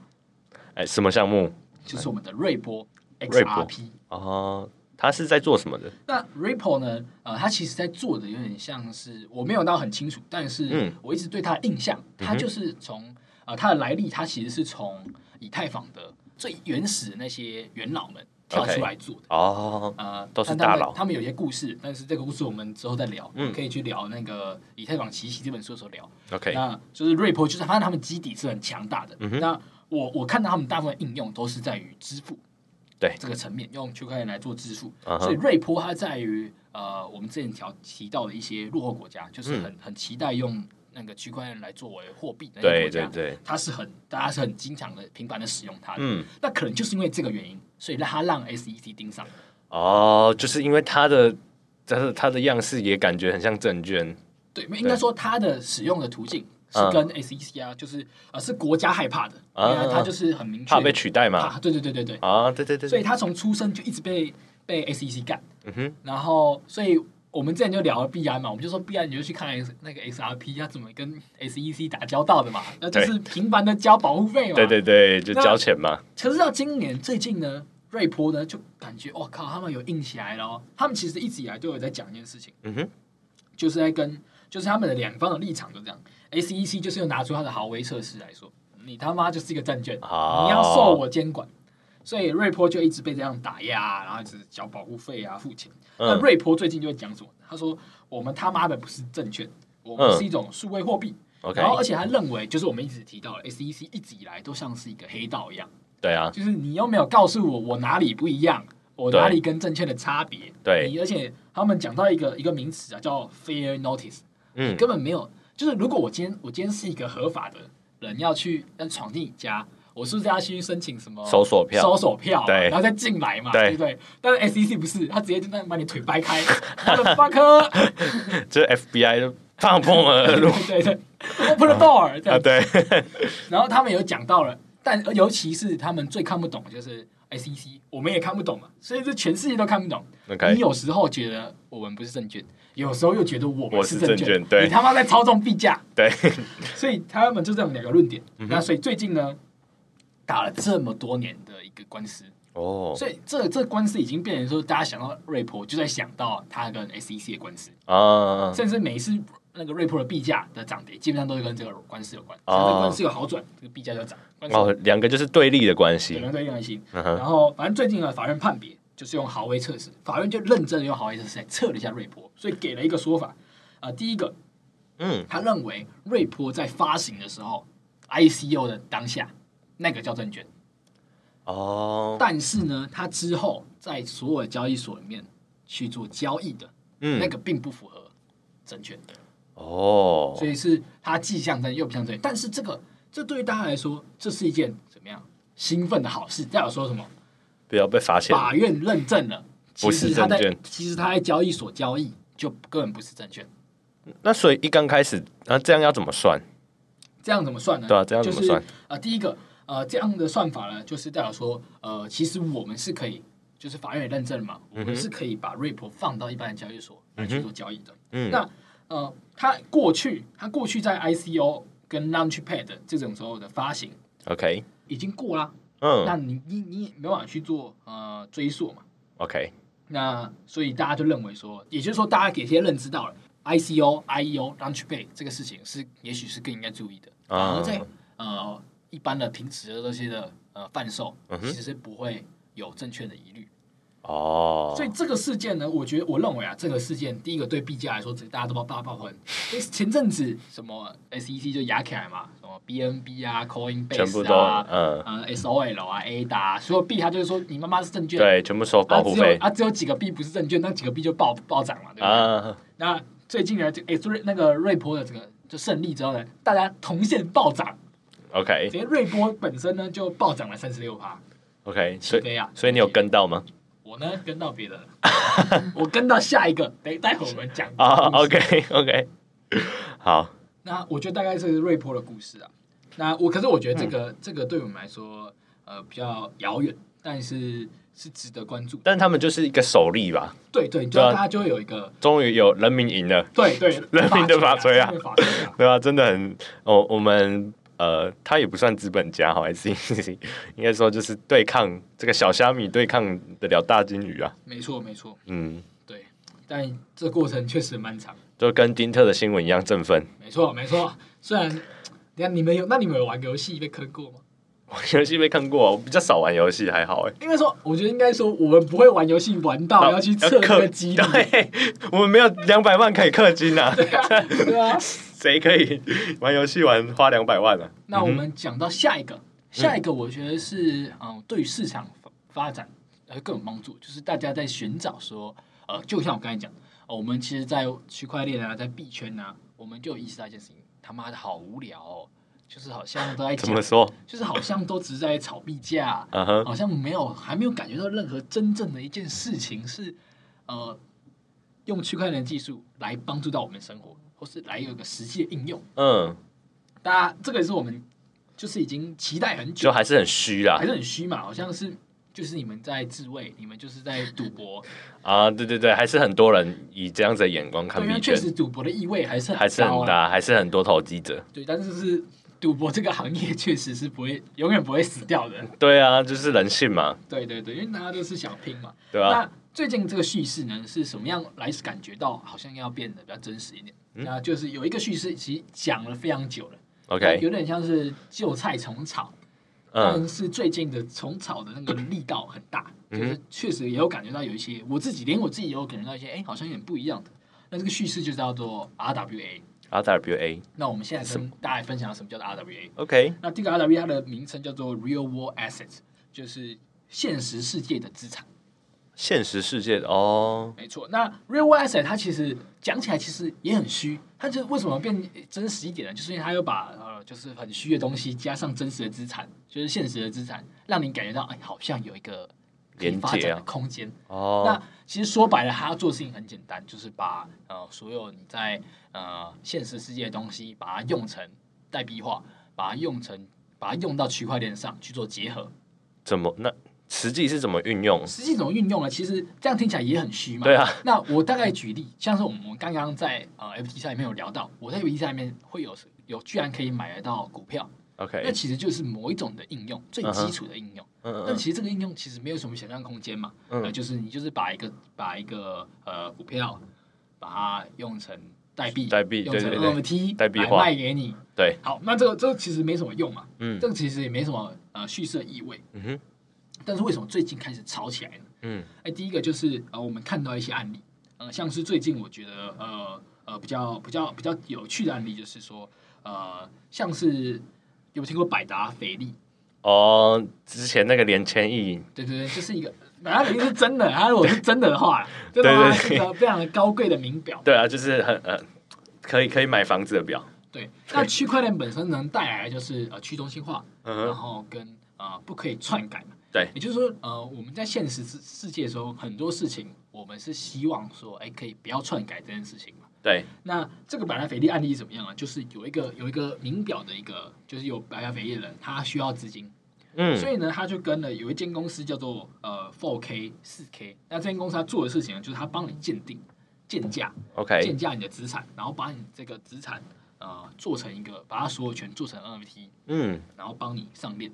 Speaker 1: 哎、什么项目？
Speaker 2: 就是我们的瑞波
Speaker 1: 瑞波
Speaker 2: XRP。
Speaker 1: 哦，他是在做什么的？
Speaker 2: 那 Ripple 呢？呃，它其实在做的有点像是我没有到很清楚，但是
Speaker 1: 嗯
Speaker 2: 我一直对它的印象，它就是从呃它的来历，它其实是从以太坊的最原始的那些元老们跳
Speaker 1: OK
Speaker 2: 出来做的。
Speaker 1: 哦，
Speaker 2: 呃，
Speaker 1: 都是
Speaker 2: 但他们
Speaker 1: 大佬
Speaker 2: 他们有些故事，但是这个故事我们之后再聊，
Speaker 1: 嗯
Speaker 2: 可以去聊那个《以太坊奇袭》这本书的时候聊。
Speaker 1: OK，
Speaker 2: 那就是瑞波，就是发现他们基底是很强大的。
Speaker 1: 嗯哼
Speaker 2: 那我我看到他们大部分应用都是在于支付，
Speaker 1: 对
Speaker 2: 这个层面用区块链来做支付。
Speaker 1: 嗯哼
Speaker 2: 所以瑞波它在于呃，我们之前条提到的一些落后国家，就是很、
Speaker 1: 嗯
Speaker 2: 很期待用那个区块链来作为货币的那些
Speaker 1: 对
Speaker 2: 国家，
Speaker 1: 对对，
Speaker 2: 它是很大家是很经常的频繁的使用它的。
Speaker 1: 嗯，
Speaker 2: 那可能就是因为这个原因，所以让它让 SEC 盯上。
Speaker 1: 哦，就是因为他的，但是他的样式也感觉很像证券，
Speaker 2: 对，没应该说它的使用的途径是
Speaker 1: 嗯
Speaker 2: 跟 SEC 啊，就是呃是国家害怕的，因
Speaker 1: 啊
Speaker 2: 为它就是很明确
Speaker 1: 怕被取代嘛。
Speaker 2: 怕对对对对对，
Speaker 1: 啊，对对对，
Speaker 2: 所以
Speaker 1: 对
Speaker 2: 他从出生就一直被被 SEC 干，
Speaker 1: 嗯哼，
Speaker 2: 然后所以我们之前就聊了币安嘛，我们就说币安你就去看 S 那个 XRP 他怎么跟 SEC 打交道的嘛，那就是频繁的交保护费嘛。
Speaker 1: 对。对对，就
Speaker 2: 那
Speaker 1: 交钱嘛，
Speaker 2: 可是到今年最近呢，瑞波呢就感觉我、靠，他们有硬起来了、哦。他们其实一直以来都有在讲一件事情，
Speaker 1: 嗯哼，
Speaker 2: 就是在跟就是他们的两方的立场就这样，SEC 就是又拿出他的豪威测试来说，你他妈就是一个证券，
Speaker 1: 好，
Speaker 2: 你要受我监管。所以瑞波就一直被这样打压啊，然后一直交保护费啊，付钱。那
Speaker 1: 嗯，
Speaker 2: 瑞波最近就会讲什么？他说：“我们他妈的不是证券，我们是一种数位货币。
Speaker 1: 嗯，OK，
Speaker 2: 然后，而且他认为，就是我们一直提到了 SEC 一直以来都像是一个黑道一样，
Speaker 1: 对啊，
Speaker 2: 就是你又没有告诉我我哪里不一样，我
Speaker 1: 对
Speaker 2: 哪里跟证券的差别。
Speaker 1: 对
Speaker 2: 你而且他们讲到一个一个名词啊，叫 fair notice，
Speaker 1: 嗯，
Speaker 2: 根本没有。就是如果我今天我今天是一个合法的人要去要闯进你家，我是不是要去申请什么
Speaker 1: 搜索票，
Speaker 2: 搜索票嘛，啊
Speaker 1: 对
Speaker 2: 然后再进来嘛，
Speaker 1: 对
Speaker 2: 对不对？但是 SEC 不是，他直接就那样把你腿掰 开我的 fuck，
Speaker 1: 这 FBI 就放破我的 路
Speaker 2: 对对对，open the door 这
Speaker 1: 啊，
Speaker 2: 样。
Speaker 1: 对，
Speaker 2: 然后他们有讲到了，但尤其是他们最看不懂的就是 SEC，我们也看不懂嘛，所以这全世界都看不懂。
Speaker 1: OK
Speaker 2: 你有时候觉得我们不是证券，有时候又觉得我
Speaker 1: 我
Speaker 2: 们
Speaker 1: 是
Speaker 2: 证
Speaker 1: 证券对
Speaker 2: 你他妈在操纵币价，
Speaker 1: 对，
Speaker 2: 所以他们就这样两个论点。那所以最近呢，打了这么多年的一个官司，
Speaker 1: 哦，
Speaker 2: 所以这这官司已经变成说，大家想到瑞波就在想到他跟 SEC 的官司，
Speaker 1: 啊，
Speaker 2: 甚至每一次那个瑞波的币价的涨跌，基本上都是跟这个官司有关。
Speaker 1: 哦
Speaker 2: 像这个官司有好转，这个币价就涨。官司
Speaker 1: 哦，两个就是对立的关
Speaker 2: 对，
Speaker 1: 系，
Speaker 2: 人对用心。
Speaker 1: 嗯
Speaker 2: 然
Speaker 1: 哼，
Speaker 2: 后反正最近呢，啊法院判别就是用豪威测试，法院就认真的用豪威测试来测了一下瑞波，所以给了一个说法。呃，第一个，
Speaker 1: 嗯，
Speaker 2: 他认为瑞波在发行的时候，ICO 的当下那个叫证券。
Speaker 1: 哦，
Speaker 2: 但是呢，它之后在所有的交易所里面去做交易的、
Speaker 1: 嗯，
Speaker 2: 那个并不符合证券，
Speaker 1: 哦，
Speaker 2: 所以是它既像证券又不像证券。但是这个这对于大家来说，这是一件怎么样兴奋的好事？代表说什么？
Speaker 1: 不要被罚钱。
Speaker 2: 法院认证了，其
Speaker 1: 不是
Speaker 2: 实他
Speaker 1: 证
Speaker 2: 在
Speaker 1: 券
Speaker 2: 其实他在交易所交易就根本不是证券，
Speaker 1: 那所以一刚开始，那、这样要怎么算？
Speaker 2: 这样怎么算呢？
Speaker 1: 对啊，这样怎么算
Speaker 2: 就？是呃，第一个呃，这样的算法呢，就是代表说，呃，其实我们是可以，就是法院也认证了嘛，我
Speaker 1: 嗯哼
Speaker 2: 们是可以把 repo 放到一般的交易所来去做交易的。
Speaker 1: 嗯，
Speaker 2: 那呃，它过去它过去在 ICO 跟 Launchpad 这种时候的发行
Speaker 1: OK，
Speaker 2: 已经过啦，那
Speaker 1: 嗯
Speaker 2: 你你你也没办法去做呃追溯嘛。
Speaker 1: ，OK，
Speaker 2: 那所以大家就认为说，也就是说，大家给些认知到了 ICO、IEO、Launchpad 这个事情是，也许是更应该注意的。反
Speaker 1: 啊
Speaker 2: 而在呃一般的平时的这些的呃贩售，
Speaker 1: 嗯哼
Speaker 2: 其实是不会有证券的疑虑。
Speaker 1: 哦，
Speaker 2: 所以这个事件呢，我觉得我认为啊，这个事件第一个对币价来说，这个大家都爆爆喷。因为前阵子什么 SEC 就压起来嘛，什么 BNB 啊、
Speaker 1: 全部
Speaker 2: Coinbase
Speaker 1: 都
Speaker 2: 啊、
Speaker 1: 嗯，
Speaker 2: 呃 SOL 啊、ADA，啊所有币它就是说你妈妈是证券，
Speaker 1: 对，全部收保
Speaker 2: 啊，
Speaker 1: 护
Speaker 2: 只有
Speaker 1: 费
Speaker 2: 啊，只有几个币不是证券，那几个币就暴暴涨嘛，对不对？
Speaker 1: 啊，
Speaker 2: 那最近呢，就诶，瑞那个瑞波的这个就胜利之后呢，大家同线暴涨，直
Speaker 1: OK
Speaker 2: 接瑞波本身呢就暴涨了三十六趴，
Speaker 1: OK，所
Speaker 2: 起
Speaker 1: 以
Speaker 2: 飞啊！
Speaker 1: 所以你有跟到吗？
Speaker 2: 我呢跟到别人了，我跟到下一个，等待会我们讲
Speaker 1: 啊，OK OK，好，
Speaker 2: 那我觉得大概是瑞波的故事啊。那我可是我觉得这
Speaker 1: 嗯
Speaker 2: 个、这个对我们来说呃比较遥远，但是是值得关注的。
Speaker 1: 但他们就是一个首例吧，
Speaker 2: 对对，就
Speaker 1: 对啊
Speaker 2: 大家就会有一个
Speaker 1: 终于有人民赢了，
Speaker 2: 对对
Speaker 1: 人民的法锤啊
Speaker 2: 人民的法锤啊，
Speaker 1: 对啊，真的很，我我们呃，他也不算资本家哈，还是 应该说就是对抗这个小虾米对抗得了大金鱼啊，
Speaker 2: 没错没错，
Speaker 1: 嗯，
Speaker 2: 对。但这过程确实蛮长。
Speaker 1: 就跟丁特的新闻一样振奋。
Speaker 2: 没错，没错。虽然，等一下你们有，那你们有玩游戏被坑过吗？
Speaker 1: 我游戏没看过，我比较少玩游戏，还好哎。
Speaker 2: 应该说，我觉得应该说，我们不会玩游戏玩到要去测那
Speaker 1: 氪
Speaker 2: 个机率，
Speaker 1: 对，我们没有两百万可以氪金啊，
Speaker 2: 对 啊。
Speaker 1: 谁可以玩游戏玩花两百万啊？
Speaker 2: 那我们讲到下一个，下一个我觉得是，嗯，对于市场发发展呃更有帮助，就是大家在寻找说，呃，就像我刚才讲，呃我们其实，在区块链啊，在币圈啊，我们就有意识到一件事情，他妈的好无聊哦，就是好像都在
Speaker 1: 怎么
Speaker 2: 讲，
Speaker 1: 说？
Speaker 2: 就是好像都只是在炒币价、
Speaker 1: 嗯哼，
Speaker 2: 好像没有，还没有感觉到任何真正的一件事情是，呃，用区块链技术来帮助到我们生活，或是来有一个实际的应用。
Speaker 1: 嗯，
Speaker 2: 大家这个也是我们就是已经期待很久，
Speaker 1: 就还是很虚啦
Speaker 2: 还是很虚嘛，好像是就是你们在自卫，你们就是在赌 博，
Speaker 1: 啊，对对对，还是很多人以这样子的眼光看
Speaker 2: 对，因为
Speaker 1: 币
Speaker 2: 确
Speaker 1: 圈，
Speaker 2: 实赌博的意味还是
Speaker 1: 还是很
Speaker 2: 高啊，
Speaker 1: 大，还是很多投机者。
Speaker 2: 对，但是是赌博这个行业确实是不会永远不会死掉的，
Speaker 1: 对啊，就是人性嘛，
Speaker 2: 对对对，因为大家都是想拼嘛。
Speaker 1: 对吧、
Speaker 2: 那最近这个叙事呢，是什么样来感觉到好像要变得比较真实一点？
Speaker 1: 嗯
Speaker 2: 那就是有一个叙事，其实讲了非常久了
Speaker 1: o
Speaker 2: 那
Speaker 1: k
Speaker 2: 有点像是旧菜重炒，
Speaker 1: 嗯
Speaker 2: 但是最近的重炒的那个力道很大，
Speaker 1: 嗯
Speaker 2: 就是确实也有感觉到有一些，我自己连我自己也有感觉到一些，哎、好像有点不一样的。那这个叙事就叫做 RWA。
Speaker 1: ，RWA，OK，、
Speaker 2: 那我们现在跟大家分享什么叫做 RWA。那这个 RWA 它的名称叫做 Real World Assets，就是现实世界的资产。
Speaker 1: 现实世界的哦，
Speaker 2: 没错，那 real world asset 它其实讲起来其实也很虚，它就为什么变真实一点呢？就是因为它又把呃就是很虚的东西加上真实的资产，就是现实的资产，让你感觉到哎好像有一个可以
Speaker 1: 连
Speaker 2: 发
Speaker 1: 接
Speaker 2: 展
Speaker 1: 啊
Speaker 2: 的空间。
Speaker 1: 哦
Speaker 2: 那，其实说白了，它做的事情很简单，就是把呃所有你在呃现实世界的东西，把它用成代币化，把它用成把它用到区块链上去做结合。
Speaker 1: 怎么那实际是怎么运用？
Speaker 2: 实际怎么运用呢？其实这样听起来也很虚嘛。
Speaker 1: 对啊，
Speaker 2: 那我大概举例，像是我们刚刚在呃 FT 上面有聊到，我在 FT 上面会有有居然可以买得到股票，那
Speaker 1: ，OK，
Speaker 2: 其实就是某一种的应用，最
Speaker 1: 嗯哼
Speaker 2: 基础的应用。
Speaker 1: 嗯嗯嗯
Speaker 2: 但其实这个应用其实没有什么想象空间嘛，
Speaker 1: 嗯
Speaker 2: 呃，就是你就是把一个把一个呃股票，把它用成代币，
Speaker 1: 代币
Speaker 2: 用成
Speaker 1: 对对对
Speaker 2: NFT
Speaker 1: 代币
Speaker 2: 来
Speaker 1: 化
Speaker 2: 卖给你。
Speaker 1: 对，
Speaker 2: 好，那这个这个其实没什么用嘛，
Speaker 1: 嗯
Speaker 2: 这个其实也没什么呃叙事的意味。
Speaker 1: 嗯哼，
Speaker 2: 但是为什么最近开始吵起来呢？
Speaker 1: 嗯
Speaker 2: 哎，第一个就是呃，我们看到一些案例，呃，像是最近我觉得呃呃比较比较比较有趣的案例，就是说呃，像是有听过百达翡丽，
Speaker 1: 哦，之前那个连千亿，
Speaker 2: 对对对，就是一个百达翡丽是真的，它如果是真的的话，真 的
Speaker 1: 对对
Speaker 2: 它
Speaker 1: 对
Speaker 2: 是一个非常的高贵的名表。
Speaker 1: 对啊，就是很呃，可以可以买房子的表，
Speaker 2: 对，那区块链本身能带来的就是呃去中心化，
Speaker 1: 嗯
Speaker 2: 然
Speaker 1: 哼，
Speaker 2: 后跟呃不可以篡改嘛，
Speaker 1: 对
Speaker 2: 也就是说，呃，我们在现实世世界的时候，很多事情我们是希望说，哎，可以不要篡改这件事情嘛。
Speaker 1: 对，
Speaker 2: 那这个百达翡丽案例是怎么样啊？就是有一个有一个名表的一个，就是有百达翡丽的人，他需要资金，所
Speaker 1: 嗯，
Speaker 2: 以呢，他就跟了有一间公司叫做呃 Four K 四 K，那这间公司他做的事情呢，就是他帮你鉴定、鉴价、
Speaker 1: ，OK，
Speaker 2: 建价你的资产，然后把你这个资产呃做成一个，把它所有权做成 NFT，
Speaker 1: 嗯，
Speaker 2: 然后帮你上链。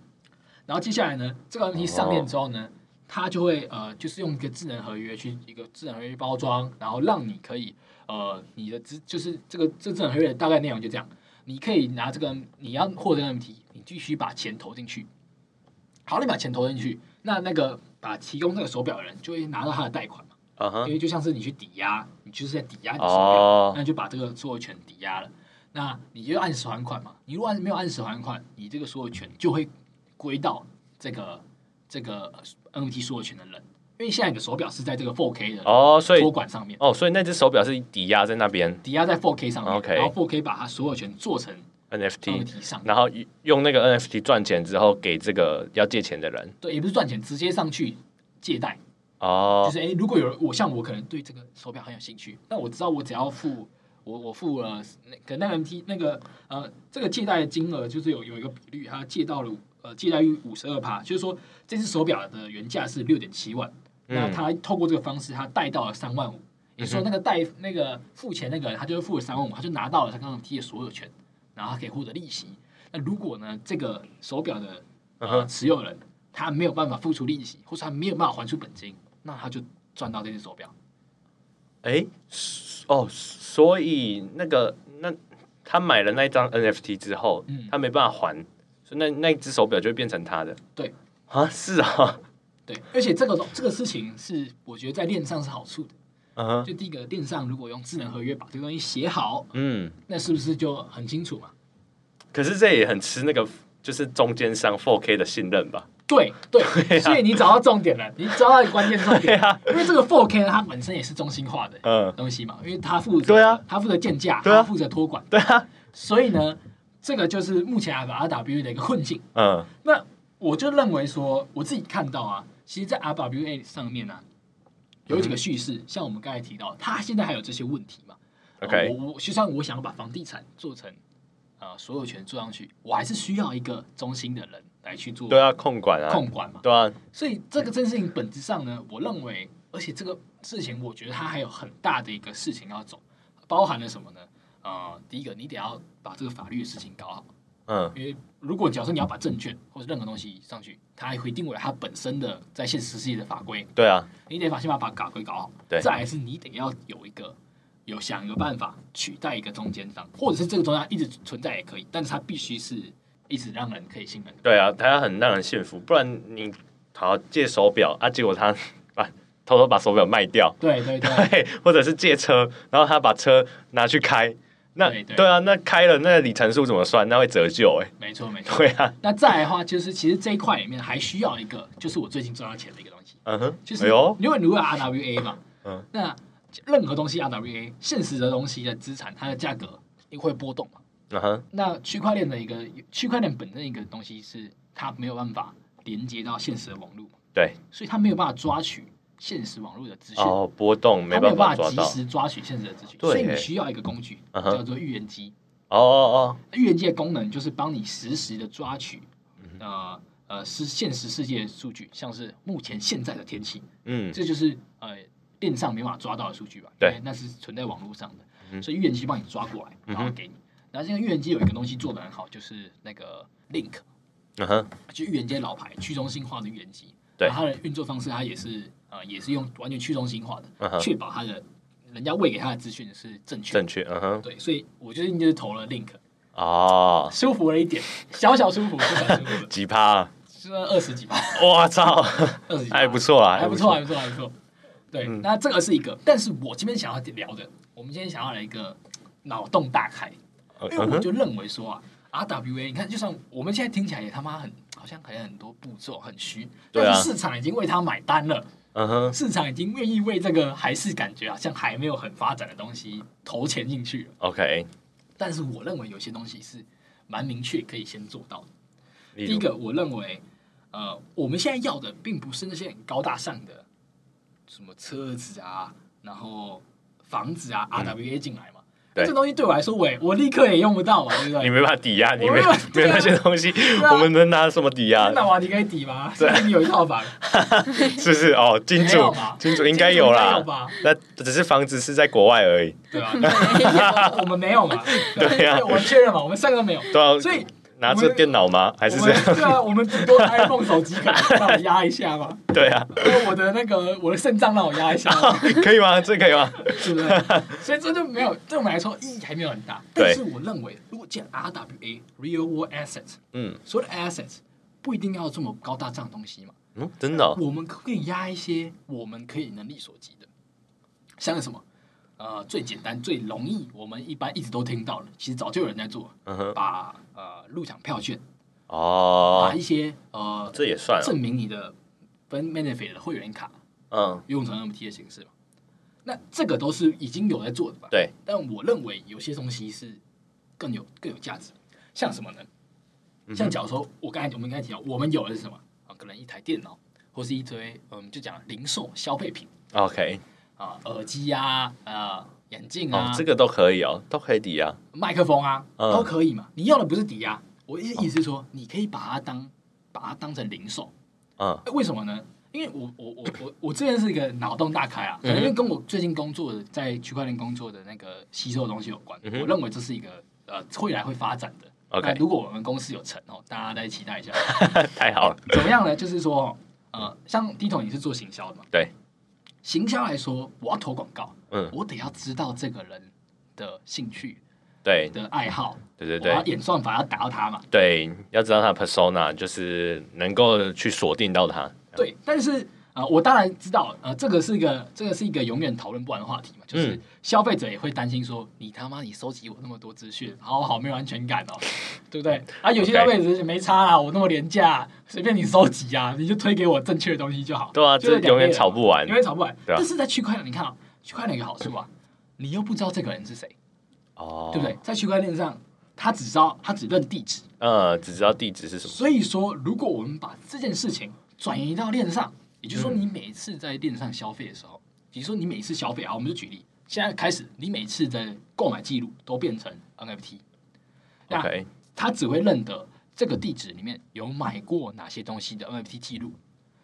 Speaker 2: 然后接下来呢，这个 NFT 上链之后呢，它就会呃就是用一个智能合约去一个智能合约去包装，然后让你可以呃你的资就是这个这智能合约的大概内容就这样，你可以拿这个你要获得 NFT，你必须把钱投进去。好，你把钱投进去，那那个把提供这个手表的人就会拿到他的贷款嘛。
Speaker 1: 嗯
Speaker 2: 因
Speaker 1: 哼，
Speaker 2: 为就像是你去抵押，你就是在抵押你的手表，
Speaker 1: 哦
Speaker 2: 那，你就把这个所有权抵押了。那你就按时还款嘛。你如果按没有按时还款，你这个所有权就会归到这个这个呃 NFT 所有权的人，因为现在你的手表是在这个 4K 的
Speaker 1: 哦，所以
Speaker 2: 托管上面，
Speaker 1: 哦，所以那只手表是抵押在那边
Speaker 2: 抵押在 4K 上面
Speaker 1: 哦 OK
Speaker 2: 然后 4K 把它所有权做成
Speaker 1: NFT，
Speaker 2: NFT 上面，
Speaker 1: 然后用那个 NFT 赚钱之后给这个要借钱的人。
Speaker 2: 对，也不是赚钱，直接上去借贷。就
Speaker 1: 哦
Speaker 2: 是哎、诶如果有人我像我可能对这个手表很有兴趣，但我知道我只要付我我付了那个那个 MT 那个呃这个借贷的金额就是有有一个比率，它借到了五呃借贷率五十二趴，就是说这只手表的原价是六点七万，
Speaker 1: 嗯
Speaker 2: 那他透过这个方式他贷到了三万五，也就是说那个贷那个付钱那个人他就是付了三万五，他就拿到了他刚刚提的所有权，然后他可以获得利息。那如果呢这个手表的
Speaker 1: 嗯
Speaker 2: 呃
Speaker 1: 哼
Speaker 2: 持有人他没有办法付出利息，或是他没有办法还出本金，那他就赚到这只手表。
Speaker 1: 哎，哦，所以那个那他买了那张 NFT 之后，
Speaker 2: 嗯
Speaker 1: 他没办法还，所以那那只手表就会变成他的。
Speaker 2: 对
Speaker 1: 啊，是啊，
Speaker 2: 对，而且这个这个事情是我觉得在链上是好处的。
Speaker 1: 嗯哼，
Speaker 2: 就第一个，链上如果用智能合约把这个东西写好，
Speaker 1: 嗯，
Speaker 2: 那是不是就很清楚嘛？
Speaker 1: 可是这也很吃那个就是中间商 4K 的信任吧？
Speaker 2: 对对，所以你找到重点了，你找到关键重点，
Speaker 1: 啊
Speaker 2: 因为这个 4K 它本身也是中心化的
Speaker 1: 嗯，
Speaker 2: 东西嘛，因为它负责
Speaker 1: 对啊，
Speaker 2: 它负责建价，
Speaker 1: 对啊
Speaker 2: 它负责托管，
Speaker 1: 对啊，
Speaker 2: 所以呢，这个就是目前 RWA 的一个困境。
Speaker 1: 嗯
Speaker 2: 那我就认为说，我自己看到啊，其实，在 RWA 上面呢、啊，有几个叙事，
Speaker 1: 嗯
Speaker 2: 像我们刚才提到，它现在还有这些问题嘛。呃
Speaker 1: ，OK，
Speaker 2: 我我就算我想要把房地产做成呃所有权做上去，我还是需要一个中心的人来去做
Speaker 1: 对啊，控管啊，
Speaker 2: 控管嘛。
Speaker 1: 对啊，
Speaker 2: 所以这个这件事情本质上呢，我认为，而且这个事情，我觉得它还有很大的一个事情要走，包含了什么呢？呃，第一个，你得要把这个法律的事情搞好，
Speaker 1: 嗯，
Speaker 2: 因为如果假设你要把证券或者任何东西上去，它还会定为它本身的在现实世界的法规，
Speaker 1: 对啊，
Speaker 2: 你得把先把把法规搞好。
Speaker 1: 对
Speaker 2: 再来是你得要有一个有想一个办法取代一个中间商，或者是这个中间商一直存在也可以，但是它必须是一直让人可以信任的。
Speaker 1: 对啊，他很让人信服，不然你好借手表啊，结果他 把偷偷把手表卖掉，
Speaker 2: 对对对，
Speaker 1: 嘿，或者是借车，然后他把车拿去开，那
Speaker 2: 对对
Speaker 1: 啊，那开了那里程数怎么算？那会折旧哎、
Speaker 2: 没错没 错。
Speaker 1: 对啊，
Speaker 2: 那再来的话，就是其实这一块里面还需要一个，就是我最近赚到钱的一个东西，
Speaker 1: 嗯哼，
Speaker 2: 就是
Speaker 1: 哎呦，
Speaker 2: 因为如果有 RWA 嘛，
Speaker 1: 嗯，
Speaker 2: 那任何东西 RWA 现实的东西的资产，它的价格也会波动嘛。
Speaker 1: 嗯哼，
Speaker 2: 那区块链的一个区块链本身一个东西是它没有办法连接到现实的网络，
Speaker 1: 对，
Speaker 2: 所以它没有办法抓取现实网络的资讯，
Speaker 1: 哦，波动没
Speaker 2: 它没有
Speaker 1: 办法
Speaker 2: 办法
Speaker 1: 抓
Speaker 2: 及
Speaker 1: 到，哦
Speaker 2: 时抓取现实的资讯，
Speaker 1: 对
Speaker 2: 所以你需要一个工具
Speaker 1: 嗯哼
Speaker 2: 叫做预言机。
Speaker 1: 哦
Speaker 2: 预言机的功能就是帮你实时的抓取，
Speaker 1: 嗯
Speaker 2: 呃呃，是现实世界的数据，像是目前现在的天气，
Speaker 1: 哦，嗯，
Speaker 2: 这就是呃链上没办法抓到的数据吧？
Speaker 1: 对
Speaker 2: 因为那是存在网络上的，
Speaker 1: 嗯
Speaker 2: 所以预言机帮你抓过来，然后
Speaker 1: 嗯哼
Speaker 2: 给你。然后这个预言机有一个东西做的很好，就是那个 Link，
Speaker 1: 嗯哼，
Speaker 2: 就预言机的老牌去中心化的预言机，
Speaker 1: 对
Speaker 2: 然后它的运作方式它也是呃也是用完全去中心化
Speaker 1: 嗯
Speaker 2: 的，
Speaker 1: 哼
Speaker 2: 确保它的人家喂给它的资讯是正确
Speaker 1: 正
Speaker 2: 的。
Speaker 1: 确，嗯哼，
Speaker 2: 对，所以我最近就是投了 Link，
Speaker 1: 哦，，
Speaker 2: 舒服了一点，小小舒服，小小舒 服
Speaker 1: 几趴、啊，
Speaker 2: 是二十几吧，
Speaker 1: 我操，
Speaker 2: 二十几吧，
Speaker 1: 还不错嗯啊，
Speaker 2: 还不错，还不错，还不错。对，那这个是一个，但是我这边想要聊的，我们今天想要来一个脑洞大开，
Speaker 1: 嗯
Speaker 2: 因为我
Speaker 1: 哼
Speaker 2: 就认为说啊，RWA，你看，就算我们现在听起来也他妈很，好像还有很多步骤很虚，
Speaker 1: 对啊
Speaker 2: 但是市场已经为它买单了，
Speaker 1: 嗯哼，
Speaker 2: 市场已经愿意为这个还是感觉好啊像还没有很发展的东西投钱进去了。
Speaker 1: OK，
Speaker 2: 但是我认为有些东西是蛮明确可以先做到的。
Speaker 1: 第
Speaker 2: 第一，个，我认为呃，我们现在要的并不是那些很高大上的什么车子啊，然后房子啊，RWA 进来嘛，
Speaker 1: 嗯对
Speaker 2: 那这东西对我来说，我也我立刻也用不到嘛，对不
Speaker 1: 你
Speaker 2: 对？
Speaker 1: 没办法抵押，你
Speaker 2: 我
Speaker 1: 没有
Speaker 2: 没有
Speaker 1: 没
Speaker 2: 对
Speaker 1: 有
Speaker 2: 啊
Speaker 1: 那些东西，
Speaker 2: 啊
Speaker 1: 我们能拿什么抵押？
Speaker 2: 那瓦你可以抵吗？
Speaker 1: 对
Speaker 2: 所以你有一套房，
Speaker 1: 是不是？哦，金
Speaker 2: 没有
Speaker 1: 主
Speaker 2: 吧
Speaker 1: 金主应该有
Speaker 2: 应该
Speaker 1: 啦
Speaker 2: 有，吧？
Speaker 1: 那只是房子是在国外而已，
Speaker 2: 对吧？
Speaker 3: 没 有
Speaker 2: 我们没有嘛？
Speaker 1: 对啊
Speaker 2: 我确认嘛，我们三个没有，
Speaker 1: 对啊，
Speaker 2: 所以
Speaker 1: 拿着电脑吗？还
Speaker 2: 我
Speaker 1: 是这
Speaker 2: 们
Speaker 1: 样？
Speaker 2: 对啊，我们顶多 iPhone 手机可能让我压一下嘛，
Speaker 1: 对啊，
Speaker 2: 呃我的那个我的肾脏让我压一下嘛，
Speaker 1: 可以吗？这可以吗？
Speaker 2: 对不 对？所以这就没有对我们来说意义还没有很大，
Speaker 1: 对
Speaker 2: 但是我认为如果建 RWA real world assets，
Speaker 1: 嗯
Speaker 2: 所有的 assets 不一定要这么高大上的东西嘛，
Speaker 1: 嗯，真的哦
Speaker 2: 我们可不可以压一些我们可以能力所及的？像是什么？呃，最简单、最容易，我们一般一直都听到了，其实早就有人在做了，
Speaker 1: 嗯哼，
Speaker 2: 把呃入场票券，把
Speaker 1: 哦
Speaker 2: 一，些呃
Speaker 1: 这也算哦
Speaker 2: 证明你的 Ben Benefit 的会员卡
Speaker 1: 嗯，
Speaker 2: 用成 MT 的形式嘛。那这个都是已经有在做的吧？
Speaker 1: 对，
Speaker 2: 但我认为有些东西是更有更有价值，像什么呢？
Speaker 1: 嗯哼
Speaker 2: 像假如说，我刚才我们刚才提到，我们有的是什么啊？可能一台电脑，或是一堆嗯，就讲零售消费品
Speaker 1: OK，
Speaker 2: 啊，耳机啊，啊，眼镜
Speaker 1: 哦
Speaker 2: 啊，，
Speaker 1: 这个都可以哦，都可以抵押，
Speaker 2: 麦克风啊，
Speaker 1: 嗯哦
Speaker 2: 都可以嘛。你要的不是抵押，我意意思是说，你可以把它当把它当成零售，
Speaker 1: 嗯
Speaker 2: 哎为什么呢？因为我我我我我之前是一个脑洞大开啊，
Speaker 1: 嗯
Speaker 2: 可能因为跟我最近工作的在区块链工作的那个吸收的东西有关，
Speaker 1: 嗯哼
Speaker 2: 我认为这是一个呃未来会发展的。
Speaker 1: OK
Speaker 2: 那如果我们公司有成哦，大家再期待一下。
Speaker 1: 太好了，
Speaker 2: 怎么样呢？就是说，呃，像 d 头你是做行销的嘛？
Speaker 1: 对。
Speaker 2: 行销来说，我要投广告，
Speaker 1: 嗯，
Speaker 2: 我得要知道这个人的兴趣、
Speaker 1: 对
Speaker 2: 的爱好，
Speaker 1: 对对
Speaker 2: 我要
Speaker 1: 对
Speaker 2: 演算法要达到他嘛。
Speaker 1: 对，要知道他的 persona，就是能够去锁定到他，
Speaker 2: 对，但是呃，我当然知道，呃，这个是一个这个是一个永远讨论不完的话题嘛，就是
Speaker 1: 嗯
Speaker 2: 消费者也会担心说，你他妈你收集我那么多资讯，好好没有安全感哦，对不对？啊，有
Speaker 1: OK
Speaker 2: 些消费者就是没差啊啦，我那么廉价，随便你收集啊，你就推给我正确的东西就好。
Speaker 1: 对啊，
Speaker 2: 就是
Speaker 1: 这永远吵
Speaker 2: 完，
Speaker 1: 不完
Speaker 2: 永远吵不完。
Speaker 1: 对啊
Speaker 2: 但是在区块链，你看啊，区块链有个好处啊，你又不知道这个人是谁，
Speaker 1: 哦，
Speaker 2: 对不对？？在区块链上，他只知道他只认地址，
Speaker 1: 嗯，只知道地址是什么，
Speaker 2: 所以说，如果我们把这件事情转移到链上，也就是说，你每次在链上消费的时候，比如说你每次消费啊，我们就举例，现在开始，你每次的购买记录都变成 NFT，那
Speaker 1: OK，
Speaker 2: 它只会认得这个地址里面有买过哪些东西的 NFT 记录。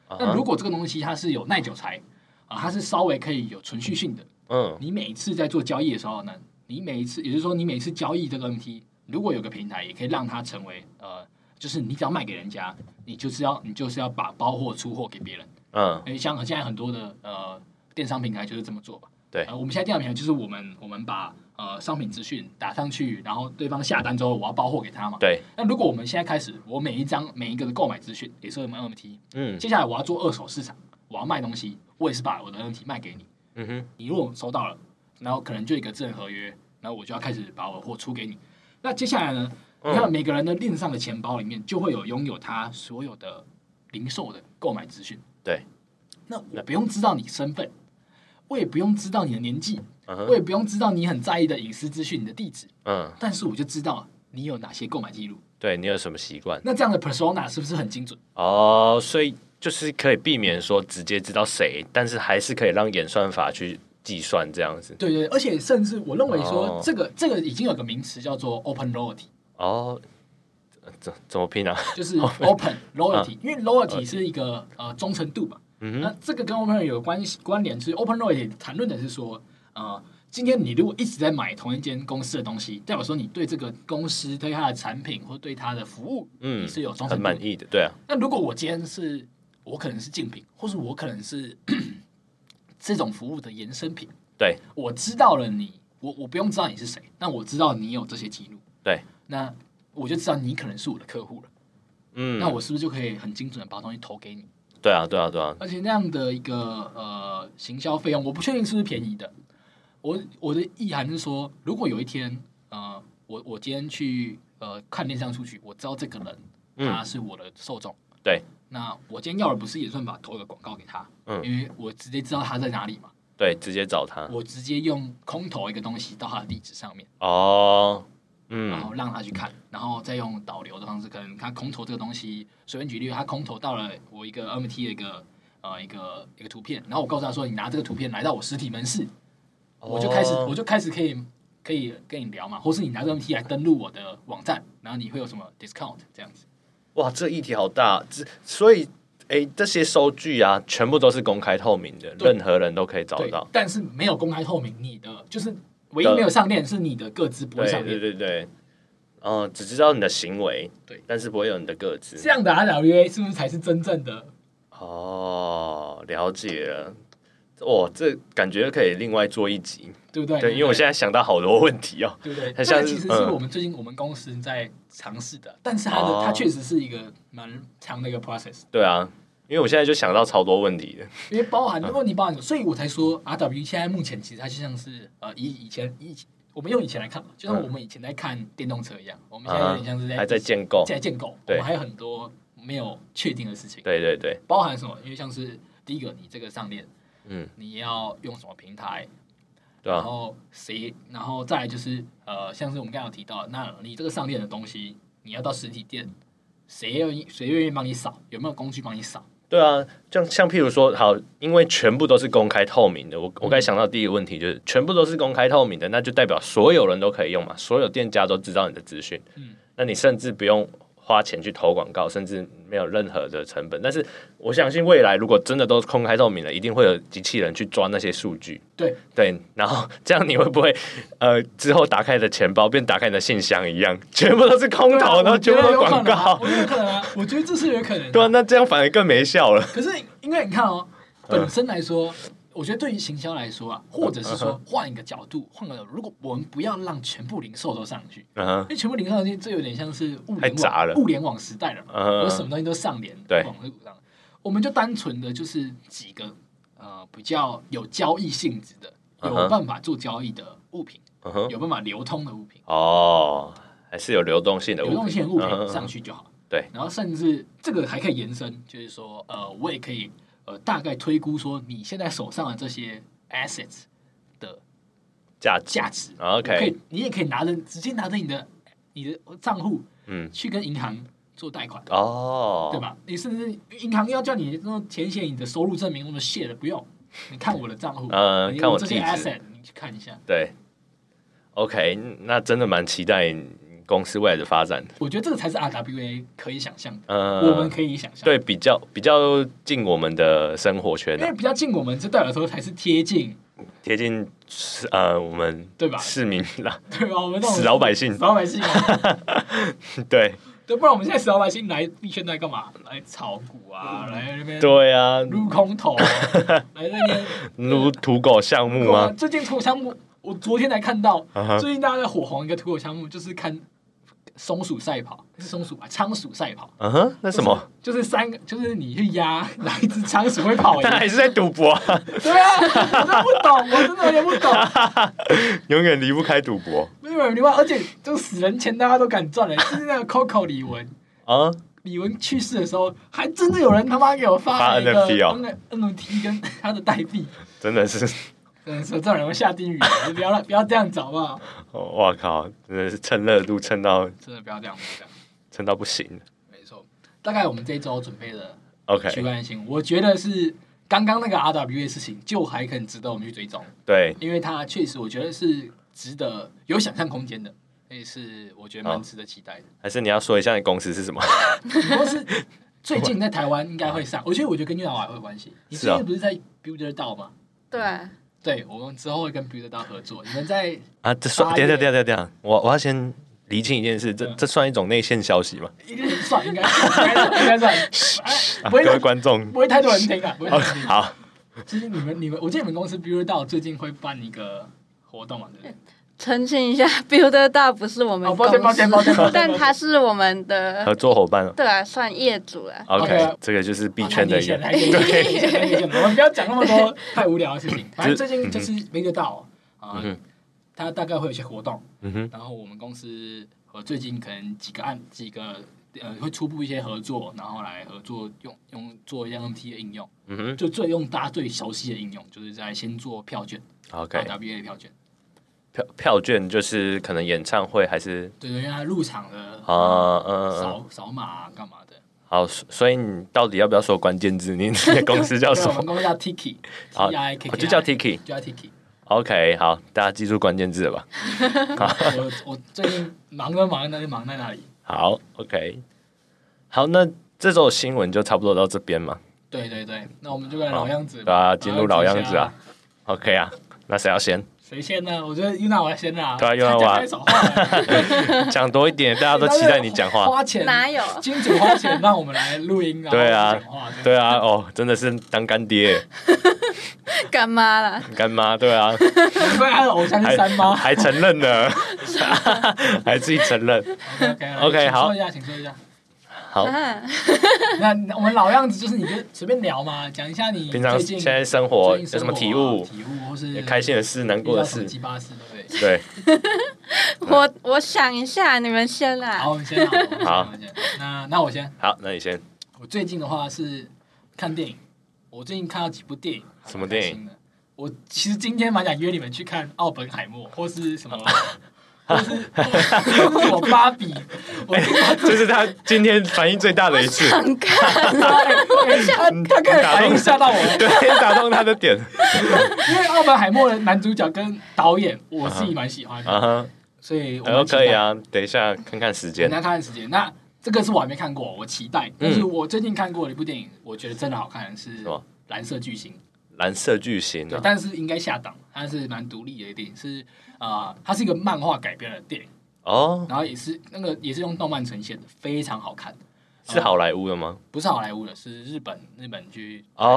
Speaker 1: 啊
Speaker 2: 那
Speaker 1: 哈
Speaker 2: 如果这个东西它是有耐久材啊，它是稍微可以有存续性的，
Speaker 1: 嗯
Speaker 2: 你每一次在做交易的时候呢，你每一次，也就是说，你每次交易这个 MT，如果有个平台，也可以让它成为呃，就是你只要卖给人家，你就是要你就是要把包货出货给别人。
Speaker 1: 嗯
Speaker 2: 因为像现在很多的呃电商平台就是这么做吧。
Speaker 1: 对
Speaker 2: 呃，我们现在电商平台就是我们我们把呃商品资讯打上去，然后对方下单之后，我要包货给他嘛。
Speaker 1: 对，
Speaker 2: 那如果我们现在开始，我每一张每一个的购买资讯也是我们 MT，
Speaker 1: 嗯
Speaker 2: 接下来我要做二手市场，我要卖东西，我也是把我的 MT 卖给你。
Speaker 1: 嗯哼，
Speaker 2: 你如果收到了，然后可能就一个智能合约，然后我就要开始把我的货出给你。那接下来呢？你看
Speaker 1: 嗯
Speaker 2: 每个人的链上的钱包里面就会有拥有他所有的零售的购买资讯。
Speaker 1: 对，
Speaker 2: 那我不用知道你身份，我也不用知道你的年纪，
Speaker 1: 嗯
Speaker 2: 我
Speaker 1: 哼，
Speaker 2: 也不用知道你很在意的隐私资讯、你的地址，
Speaker 1: 嗯，
Speaker 2: 但是我就知道你有哪些购买记录。
Speaker 1: 对你有什么习惯？
Speaker 2: 那这样的 persona 是不是很精准？
Speaker 1: 哦，所以就是可以避免说直接知道谁，但是还是可以让演算法去计算这样子。
Speaker 2: 对对，对而且甚至我认为
Speaker 1: 哦
Speaker 2: 说，这个、这个已经有个名词叫做 open loyalty。
Speaker 1: 哦，呃怎怎么拼啊？哦
Speaker 2: 就是 open loyalty，、因为 loyalty 是一个呃忠诚度嘛。
Speaker 1: 嗯
Speaker 2: 那这个跟 open 有关系关联，是 open loyalty 谈论的是说，呃，今天你如果一直在买同一间公司的东西，代表说你对这个公司、对它的产品或对它的服务，
Speaker 1: 嗯
Speaker 2: 你是有忠诚
Speaker 1: 很
Speaker 2: 度的。
Speaker 1: 满意的，对啊，
Speaker 2: 那如果我今天是我可能是竞品，或是我可能是 这种服务的衍生品，
Speaker 1: 对
Speaker 2: 我知道了你，我我不用知道你是谁，但我知道你有这些记录，
Speaker 1: 对，
Speaker 2: 那我就知道你可能是我的客户了。
Speaker 1: 嗯，
Speaker 2: 那我是不是就可以很精准的把东西投给你？
Speaker 1: 对啊，对啊，对啊，
Speaker 2: 而且那样的一个呃行销费用，我不确定是不是便宜的。我我的意涵是说，如果有一天呃，我我今天去呃看电商出去，我知道这个人
Speaker 1: 嗯
Speaker 2: 他是我的受众，
Speaker 1: 对
Speaker 2: 那我今天要的不是演算法投一个广告给他，
Speaker 1: 嗯
Speaker 2: 因为我直接知道他在哪里嘛，
Speaker 1: 对，直接找他
Speaker 2: 我直接用空投一个东西到他的地址上面，
Speaker 1: 哦，嗯
Speaker 2: 然后让他去看，然后再用导流的方式，可能他空投这个东西，随便举例，他空投到了我一个 MT 的一个呃一个一个图片，然后我告诉他说，你拿这个图片来到我实体门市，我就开始
Speaker 1: 哦
Speaker 2: 我就开始可以可以跟你聊嘛，或是你拿这 MT 来登录我的网站，然后你会有什么 discount 这样子。
Speaker 1: 哇，这议题好大，这所以哎，这些收据啊，全部都是公开透明的，
Speaker 2: 对
Speaker 1: 任何人都可以找
Speaker 2: 对
Speaker 1: 到，。
Speaker 2: 但是没有公开透明，你的就是唯一没有上链是你的各自不会
Speaker 1: 对
Speaker 2: 上
Speaker 1: 对
Speaker 2: 链。
Speaker 1: 对对，嗯、只知道你的行为，
Speaker 2: 对啊
Speaker 1: 但是不会有你的个子
Speaker 2: 这。样的 RWA 是不是才是真正的？
Speaker 1: 哦，了解了。哇，这感觉可以另外做一集。
Speaker 2: 对不对？
Speaker 1: 对，因为我现
Speaker 2: 在
Speaker 1: 在想到好多问题哦。
Speaker 2: 对不对？
Speaker 1: 很
Speaker 2: 这
Speaker 1: 像
Speaker 2: 个
Speaker 1: 是
Speaker 2: 其实是
Speaker 1: 嗯
Speaker 2: 我们最近我们公司在尝试的，但是它
Speaker 1: 哦
Speaker 2: 的它确实是一个蛮长的一个 process，
Speaker 1: 对啊，因为我现在就想到超多问题的。
Speaker 2: 因为包含问题包含，所以我才说 RW 现在目前其实它就像是呃以以前以我们用以前来看嘛，就像
Speaker 1: 嗯啊
Speaker 2: 我们以前在看电动车一样，我们现在有点像是在
Speaker 1: 还在建构。
Speaker 2: 在建构，我
Speaker 1: 对
Speaker 2: 们还有很多没有确定的事情。
Speaker 1: 对对对，
Speaker 2: 包含什么？因为像是第一个，你这个上链
Speaker 1: 嗯，
Speaker 2: 你要用什么平台，
Speaker 1: 对
Speaker 2: 然
Speaker 1: 啊，
Speaker 2: 后谁，然后再来就是呃，像是我们刚刚有提到，那你这个上链的东西，你要到实体店，谁愿意谁愿意帮你扫？有没有工具帮你扫？
Speaker 1: 对啊，像像譬如说，好，因为全部都是公开透明的，我我刚
Speaker 2: 嗯
Speaker 1: 才想到第一个问题就是，全部都是公开透明的，那就代表所有人都可以用嘛，所有店家都知道你的资讯，
Speaker 2: 嗯
Speaker 1: 那你甚至不用花钱去投广告，甚至没有任何的成本。但是我相信未来如果真的都公开透明了，一定会有机器人去抓那些数据，
Speaker 2: 对
Speaker 1: 对，然后这样你会不会呃之后打开你的钱包变打开你的信箱一样，全部都是空
Speaker 2: 对啊
Speaker 1: 投，然后
Speaker 2: 我觉
Speaker 1: 全
Speaker 2: 得
Speaker 1: 部都是
Speaker 2: 有可
Speaker 1: 广
Speaker 2: 能啊
Speaker 1: 告
Speaker 2: 我？觉得有可能啊，我觉得这是有可能的。
Speaker 1: 对啊，那这样反而更没效了。
Speaker 2: 可是因为你看哦，
Speaker 1: 嗯
Speaker 2: 本身来说，啊我觉得对于行销来说啊，或者是
Speaker 1: 嗯
Speaker 2: 说换一个角度，换个如果我们不要让全部零售都上去，
Speaker 1: 嗯哼
Speaker 2: 因哎为全部零售上去，这有点像是物
Speaker 1: 太
Speaker 2: 联
Speaker 1: 杂
Speaker 2: 网
Speaker 1: 了
Speaker 2: 物联网时代了嘛，
Speaker 1: 嗯
Speaker 2: 有什么东西都上联
Speaker 1: 对
Speaker 2: 网络上，我们就单纯的就是几个呃比较有交易性质的，
Speaker 1: 嗯哼
Speaker 2: 有办法做交易的物品，
Speaker 1: 嗯哼，
Speaker 2: 有办法流通的物品，
Speaker 1: 哦，还是有流动性的物品，
Speaker 2: 流动性的物品
Speaker 1: 嗯
Speaker 2: 上，去就好。
Speaker 1: 对，
Speaker 2: 然后甚至这个还可以延伸，就是说呃，我也可以呃大概推估说你现在手上的这些 assets 的
Speaker 1: 价值，
Speaker 2: 价值
Speaker 1: 啊
Speaker 2: 我可
Speaker 1: ，OK，
Speaker 2: 以你也可以拿着直接拿着你的你的账户
Speaker 1: 嗯，
Speaker 2: 去跟银行做贷款。
Speaker 1: 哦，
Speaker 2: 对？吧？你甚至银行要叫你那填写你的收入证明，那么谢的不用，你看我的账户，
Speaker 1: 嗯
Speaker 2: 你
Speaker 1: 看我
Speaker 2: 我这些
Speaker 1: 地址
Speaker 2: asset，你去看一下。
Speaker 1: 对，OK，那真的蛮期待公司未来的发展。
Speaker 2: 我觉得这个才是 RWA 可以想象的，
Speaker 1: 嗯，
Speaker 2: 我们可以想象。，
Speaker 1: 对比较比较近我们的生活圈
Speaker 2: 因为
Speaker 1: 啊，
Speaker 2: 比较近我们，这代表说才是贴近，
Speaker 1: 贴近呃我们
Speaker 2: 对吧
Speaker 1: 市民啦，
Speaker 2: 对吧？我们那种
Speaker 1: 死老百姓
Speaker 2: 死，老百姓啊，
Speaker 1: 对
Speaker 2: 对，不然我们现在死老百姓来币圈在干嘛？来炒股 啊，来那边
Speaker 1: 对啊，
Speaker 2: 撸空头 啊，来那边
Speaker 1: 如土狗项目啊
Speaker 2: 哇
Speaker 1: 吗？
Speaker 2: 最近土狗项目，我昨天才看到
Speaker 1: 啊哈，
Speaker 2: 最近大家在火红一个土狗项目，就是看松鼠赛跑，是松鼠吧？啊仓鼠赛跑。
Speaker 1: 嗯哼，那什么？
Speaker 2: 就是？就是三个，就是你去压哪一只仓鼠 会跑赢
Speaker 1: 他？还是在赌博啊，
Speaker 2: 对啊，我真的不懂，我真的有点不懂。
Speaker 1: 永远离不开赌博
Speaker 2: 没有你外，而且就死人钱大家都敢赚了，欸就是那个 Coco 李玟，
Speaker 1: 啊！
Speaker 2: 李玟去世的时候，还真的有人他妈给我
Speaker 1: 发
Speaker 2: 发了一个
Speaker 1: NFT 哦
Speaker 2: N NFT 跟他的代币，
Speaker 1: 真的是
Speaker 2: 真的是这种人会下地狱，你不要让不要这样子好不好？
Speaker 1: 哦哇靠，真的是蹭热度蹭到
Speaker 2: 真的不要这样，不要这样，
Speaker 1: 撑到不行。
Speaker 2: 没错。大概我们这一周准备的区
Speaker 1: OK，
Speaker 2: 块链新闻，我觉得是刚刚那个 RWA 的事情就还很值得我们去追踪，
Speaker 1: 对，
Speaker 2: 因为它确实我觉得是值得有想象空间的，所以是我觉得
Speaker 1: 啊
Speaker 2: 蛮值得期待的。
Speaker 1: 还是你要说一下你公司是什么？
Speaker 2: 不过是最近在台湾应该 会上，我觉得我觉得跟月老还会有关系。你
Speaker 1: 是
Speaker 2: 最
Speaker 1: 啊
Speaker 2: 近不是在 Builder 道吗？
Speaker 3: 对，
Speaker 2: 对，我们之后会跟 Builder 道合作。你们在
Speaker 1: 啊，这算
Speaker 2: 八
Speaker 1: 等一
Speaker 2: 月
Speaker 1: 下等一下等一下，我我要先厘清一件事，这
Speaker 2: 嗯
Speaker 1: 这算一种内线消息吗？
Speaker 2: 应该算，应该算，应该算，应该算， 哎
Speaker 1: 啊
Speaker 2: 不会
Speaker 1: 各位观众
Speaker 2: 不会太多人听啊，不会太多人听。
Speaker 1: 好，
Speaker 2: 其实你们你们，我记得你们公司 Builder 道最近会办一个活动嘛，对不对？
Speaker 3: 澄清一下 ，Builder 大不是我们
Speaker 2: 哦，
Speaker 3: 公
Speaker 2: 抱
Speaker 3: 司，
Speaker 2: 歉，抱歉，抱歉，抱歉
Speaker 3: 但他是我们的，
Speaker 1: 合作伙伴
Speaker 3: 对啊，算业主啊。
Speaker 1: ，OK，
Speaker 2: OK
Speaker 1: 这个就是币圈的一个，
Speaker 2: 对， 我们不要讲那么多太无聊的事情。反正最近就是 Builder 道啊
Speaker 1: 嗯，哼，
Speaker 2: 它大概会有一些活动，
Speaker 1: 嗯哼，
Speaker 2: 然后我们公司和最近可能几个案几个呃会初步一些合作，然后来合作用用做 NFT 的应用，
Speaker 1: 嗯哼
Speaker 2: 就最用大家最熟悉的应用，就是在先做票券
Speaker 1: ，OK，
Speaker 2: ，WA 票券，
Speaker 1: 票票券就是可能演唱会还是
Speaker 2: 对对，因为他入场的
Speaker 1: 啊嗯嗯嗯，
Speaker 2: 扫扫码啊干嘛的。
Speaker 1: 好，所所以你到底要不要说关键字？你你的公司叫
Speaker 2: 对
Speaker 1: 什
Speaker 2: 我们
Speaker 1: 么？
Speaker 2: 公司叫 Tiki，
Speaker 1: 好
Speaker 2: T I K，
Speaker 1: 我就叫 Tiki。
Speaker 2: 就叫 Tiki。
Speaker 1: OK，好，大家记住关键字了吧？
Speaker 2: 我我最近忙着忙着就忙在那里。
Speaker 1: 好，OK，好，那这周的新闻就差不多到这边嘛，
Speaker 2: 对对对，那我们就跟老样子
Speaker 1: 对
Speaker 2: 吧，
Speaker 1: 啊，进入老样子
Speaker 2: 老样
Speaker 1: 啊。OK 啊，那谁要先？
Speaker 2: 谁先呢？我觉得 Yuna 我先啦。
Speaker 1: 对啊，Yuna 我
Speaker 2: 太少 话了，
Speaker 1: 讲多一点，大家 都期待你讲话。
Speaker 2: 花钱，
Speaker 3: 哪有？
Speaker 2: 金主花钱让我们来录音，然后
Speaker 1: 对啊
Speaker 2: 讲话，
Speaker 1: 对啊，哦，真的是当干爹、
Speaker 3: 干妈啦，
Speaker 1: 干妈，对啊，
Speaker 2: 难怪他的偶像是
Speaker 1: 还
Speaker 2: 三妈。
Speaker 1: 还承认 呢，还自己承认。
Speaker 2: OK
Speaker 1: 哎 OK，好
Speaker 2: 说一下，请说一下。
Speaker 1: 好，
Speaker 3: 啊，
Speaker 2: 那我们老样子就是你就随便聊嘛，讲一下你
Speaker 1: 平常
Speaker 2: 最近
Speaker 1: 现在生活
Speaker 2: 最近
Speaker 1: 有
Speaker 2: 生
Speaker 1: 什
Speaker 2: 活
Speaker 1: 么体
Speaker 2: 啊
Speaker 1: 悟？
Speaker 2: 体悟或是
Speaker 1: 开心的事，难过
Speaker 2: 遇
Speaker 1: 的
Speaker 2: 到什么
Speaker 1: 事，
Speaker 2: 鸡巴事，对 不对？
Speaker 1: 对，
Speaker 3: 我我想一下，你们先
Speaker 2: 好，
Speaker 3: 啦。
Speaker 2: 我们先好，
Speaker 1: 好
Speaker 2: 我们先那那我先，
Speaker 1: 好，那你先，
Speaker 2: 我最近的话是看电影，我最近看到几部电影，
Speaker 1: 什么电影
Speaker 2: 还蛮开心的？我其实今天蛮想约你们去看《奥本海默》或 是什么，或是或是我芭比，我
Speaker 1: 这是他今天反应最大的一 次，
Speaker 3: 想看，
Speaker 1: 哎
Speaker 2: 嗯他 开始反应吓到我了，
Speaker 1: 对，打动他的点
Speaker 2: 因为《奥本海默》的男主角跟导演
Speaker 1: 嗯
Speaker 2: 我自己蛮喜欢的，
Speaker 1: 啊哈，
Speaker 2: 所以我
Speaker 1: 然后
Speaker 2: 们
Speaker 1: 可以，啊，等一下看看时
Speaker 2: 等
Speaker 1: 间嗯
Speaker 2: 一，下看看时间。那这个是我还没看过，我期待。但是我最近看过的一部电影，我觉得真的好看，是
Speaker 1: 么
Speaker 2: 《蓝色巨星》。
Speaker 1: 蓝色巨星
Speaker 2: 对，
Speaker 1: 啊，
Speaker 2: 但是应该下档，它是蛮独立的一个电影，是啊、呃它是一个漫画改编的电影，
Speaker 1: 哦，
Speaker 2: 然后也是那个也是用动漫呈现的，非常好看。
Speaker 1: 是好莱坞的吗？
Speaker 2: 不是好莱坞的，是日本日本去
Speaker 1: 哦哦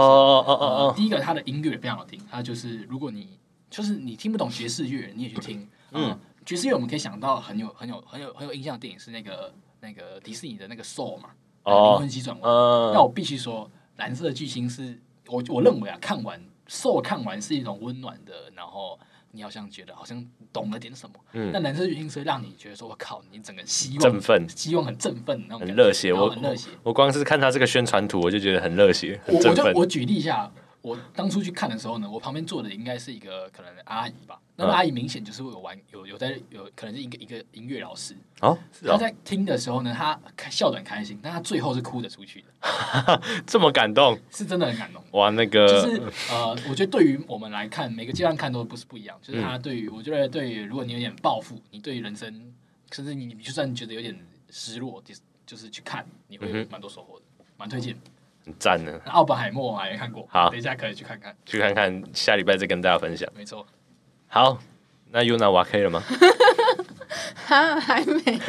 Speaker 1: 哦
Speaker 2: 拍摄呃
Speaker 1: 哦
Speaker 2: 第一个它的音乐非常好听，它就是如果你就是你听不懂爵士乐，你也去听，嗯、
Speaker 1: 嗯
Speaker 2: 爵士乐我们可以想到很有很有很有很有印象的电影是那个那个迪士尼的那个 Soul 嘛，
Speaker 1: 哦
Speaker 2: 灵魂急转弯。
Speaker 1: 哦，
Speaker 2: 嗯那我
Speaker 1: 嗯，
Speaker 2: 必须说，蓝色的巨星是我我认为啊，看完受看完是一种温暖的，然后你好像觉得好像懂了点什么。
Speaker 1: 嗯
Speaker 2: 但蓝色巨星是让你觉得说，我靠，你整个希望
Speaker 1: 振奋
Speaker 2: 希望很振奋那种感觉，
Speaker 1: 很热血，
Speaker 2: 然后
Speaker 1: 我
Speaker 2: 很热血。
Speaker 1: 我光是看他这个宣传图，我就觉得很热血，
Speaker 2: 我
Speaker 1: 很
Speaker 2: 我
Speaker 1: 振
Speaker 2: 就
Speaker 1: 奋
Speaker 2: 我举例一下，我当初去看的时候呢，我旁边坐的应该是一个可能阿姨吧，那个
Speaker 1: 嗯
Speaker 2: 阿姨明显就是有玩有有在有可能是一个一个音乐老师，
Speaker 1: 哦，是
Speaker 2: 她
Speaker 1: 哦，
Speaker 2: 在听的时候呢，她开笑得很开心，但她最后是哭着出去的，
Speaker 1: 这么感动
Speaker 2: 是真的很感动。
Speaker 1: 哇，那
Speaker 2: 就是
Speaker 1: 个
Speaker 2: 呃，我觉得对于我们来看，每个阶段看都不是不一样。
Speaker 1: 嗯
Speaker 2: 就是他对于，我觉得对于，如果你有点抱负，你对于人生，甚至你你就算觉得有点失落，就是就是去看，你会有
Speaker 1: 嗯
Speaker 2: 蛮多收获的，蛮推荐。
Speaker 1: 很赞呢，
Speaker 2: 那奥本海默我还没看过，
Speaker 1: 好
Speaker 2: 等一下可以去看看。
Speaker 1: 去看看下礼拜再跟大家分享。
Speaker 2: 没错，
Speaker 1: 好，那 Yuna 瓦 K 了 吗？
Speaker 3: 哈，啊还没。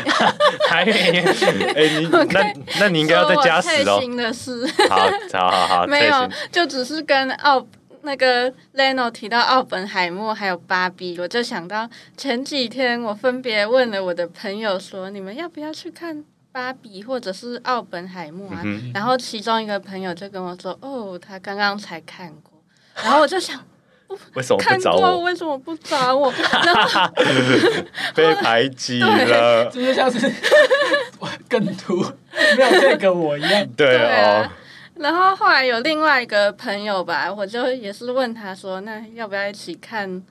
Speaker 1: 还没，哎、你那那你应该要再加时
Speaker 3: 说我
Speaker 1: 哦
Speaker 3: 开。心的事，
Speaker 1: 好，好好好，
Speaker 3: 没
Speaker 1: 开
Speaker 3: 有
Speaker 1: 心，
Speaker 3: 就只是跟奥那个 Leno 提到奥本海默还有芭比，我就想到前几天我分别问了我的朋友说，你们要不要去看芭比或者是奥本海默啊？
Speaker 1: 嗯
Speaker 3: 然后其中一个朋友就跟我说，哦，他刚刚才看过，然后我就想
Speaker 1: 哼，为什么
Speaker 3: 看
Speaker 1: 不找
Speaker 3: 过
Speaker 1: 我？
Speaker 3: 为什么不找我？然后
Speaker 1: 被排挤 了，
Speaker 2: 这就像是我更图没有这个我一样。
Speaker 1: 对
Speaker 3: 对
Speaker 1: 哦
Speaker 3: 啊，然后后来有另外一个朋友吧，我就也是问他说，那要不要一起看？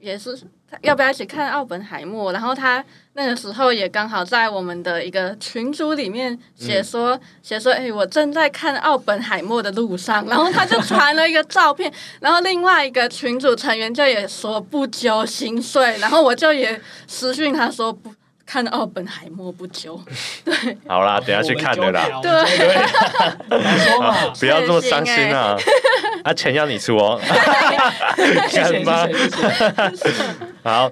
Speaker 3: 也是他要不要一起看《奥本海默》？然后他那个时候也刚好在我们的一个群组里面写
Speaker 1: 嗯
Speaker 3: 说、写说，哎、我正在看《奥本海默》的路上。然后他就传了一个照片，然后另外一个群组成员就也说不久心碎，然后我就也私讯他说不看《奥本海默》不久。
Speaker 1: 好
Speaker 2: 哦
Speaker 1: 啦， 等一下去看的啦，
Speaker 2: 对， 难说嘛。
Speaker 1: 不要这么伤心啊！ 啊，钱要你出哦。
Speaker 2: 谢谢
Speaker 1: 干嘛
Speaker 2: 谢谢谢谢。
Speaker 1: 好，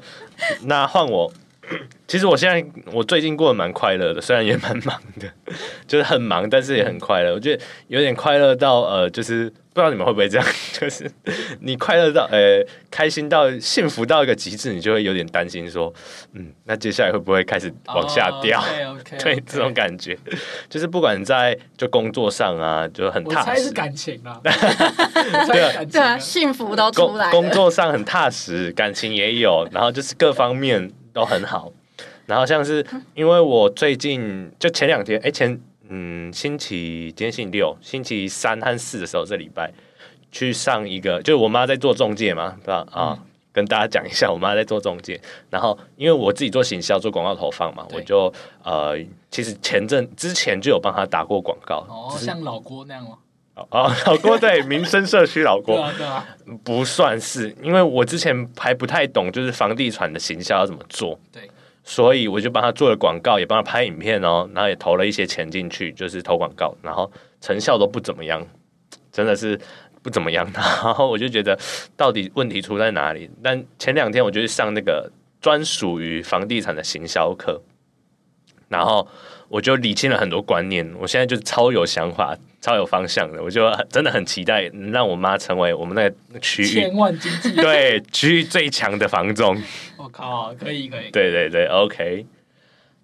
Speaker 1: 那换我。 其实我现在我最近过得蛮快乐的，虽然也蛮忙的，就是很忙，但是也很快乐。我觉得有点快乐到呃，就是不知道你们会不会这样， 就是你快乐到呃开心到幸福到一个极致，你就会有点担心说，嗯，那接下来会不会开始往下
Speaker 2: 哦
Speaker 1: 掉？
Speaker 2: OK，
Speaker 1: 对，这种感觉，就是不管在就工作上啊，就很
Speaker 2: 我
Speaker 1: 踏
Speaker 2: 猜是
Speaker 1: 实。
Speaker 2: 感情 啊，我猜是感
Speaker 3: 对
Speaker 2: 情
Speaker 3: 啊，
Speaker 2: 啊。
Speaker 3: 幸福都出
Speaker 1: 工
Speaker 3: 来
Speaker 1: 工
Speaker 3: 了。
Speaker 1: 作上很踏实，感情也有，然后就是各方面都很好。然后像是因为我最近就前两天，哎、前嗯星期今天星期六，星期
Speaker 3: 嗯
Speaker 1: 三和四的时候，这礼拜去上一个，就是我妈在做中介嘛，对吧？啊、跟大家讲一下，我妈在做中介。然后因为我自己做行销、做广告投放嘛，
Speaker 2: 对
Speaker 1: 我就呃，其实前阵之前就有帮她打过广告。
Speaker 2: 哦，
Speaker 1: 只是
Speaker 2: 像老郭那样吗？
Speaker 1: 哦，老郭对民生社区老
Speaker 2: 对
Speaker 1: 郭
Speaker 2: 啊，对啊，
Speaker 1: 不算是，因为我之前还不太懂，就是房地产的行销要怎么做。
Speaker 2: 对，
Speaker 1: 所以我就帮他做了广告，也帮他拍影片哦，然后也投了一些钱进去，就是投广告，然后成效都不怎么样，真的是不怎么样。然后我就觉得到底问题出在哪里？但前两天我就去上那个专属于房地产的行销课，然后我就理清了很多观念，我现在就超有想法。超有方向的，我就真的很期待能让我妈成为我们那个区域
Speaker 2: 千万经济，
Speaker 1: 对区域最强的房仲。
Speaker 2: 我靠，可以可以
Speaker 1: 对对对，OK。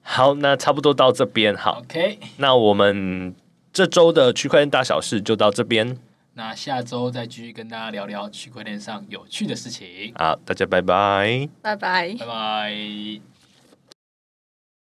Speaker 1: 好，那差不多到这边。好，
Speaker 2: ，OK，
Speaker 1: 那我们这周的区块链大小事就到这边
Speaker 2: 那下周再继续跟大家聊聊区块链上有趣的事情，
Speaker 1: 啊，大家拜拜。
Speaker 3: 拜拜
Speaker 2: 拜。拜。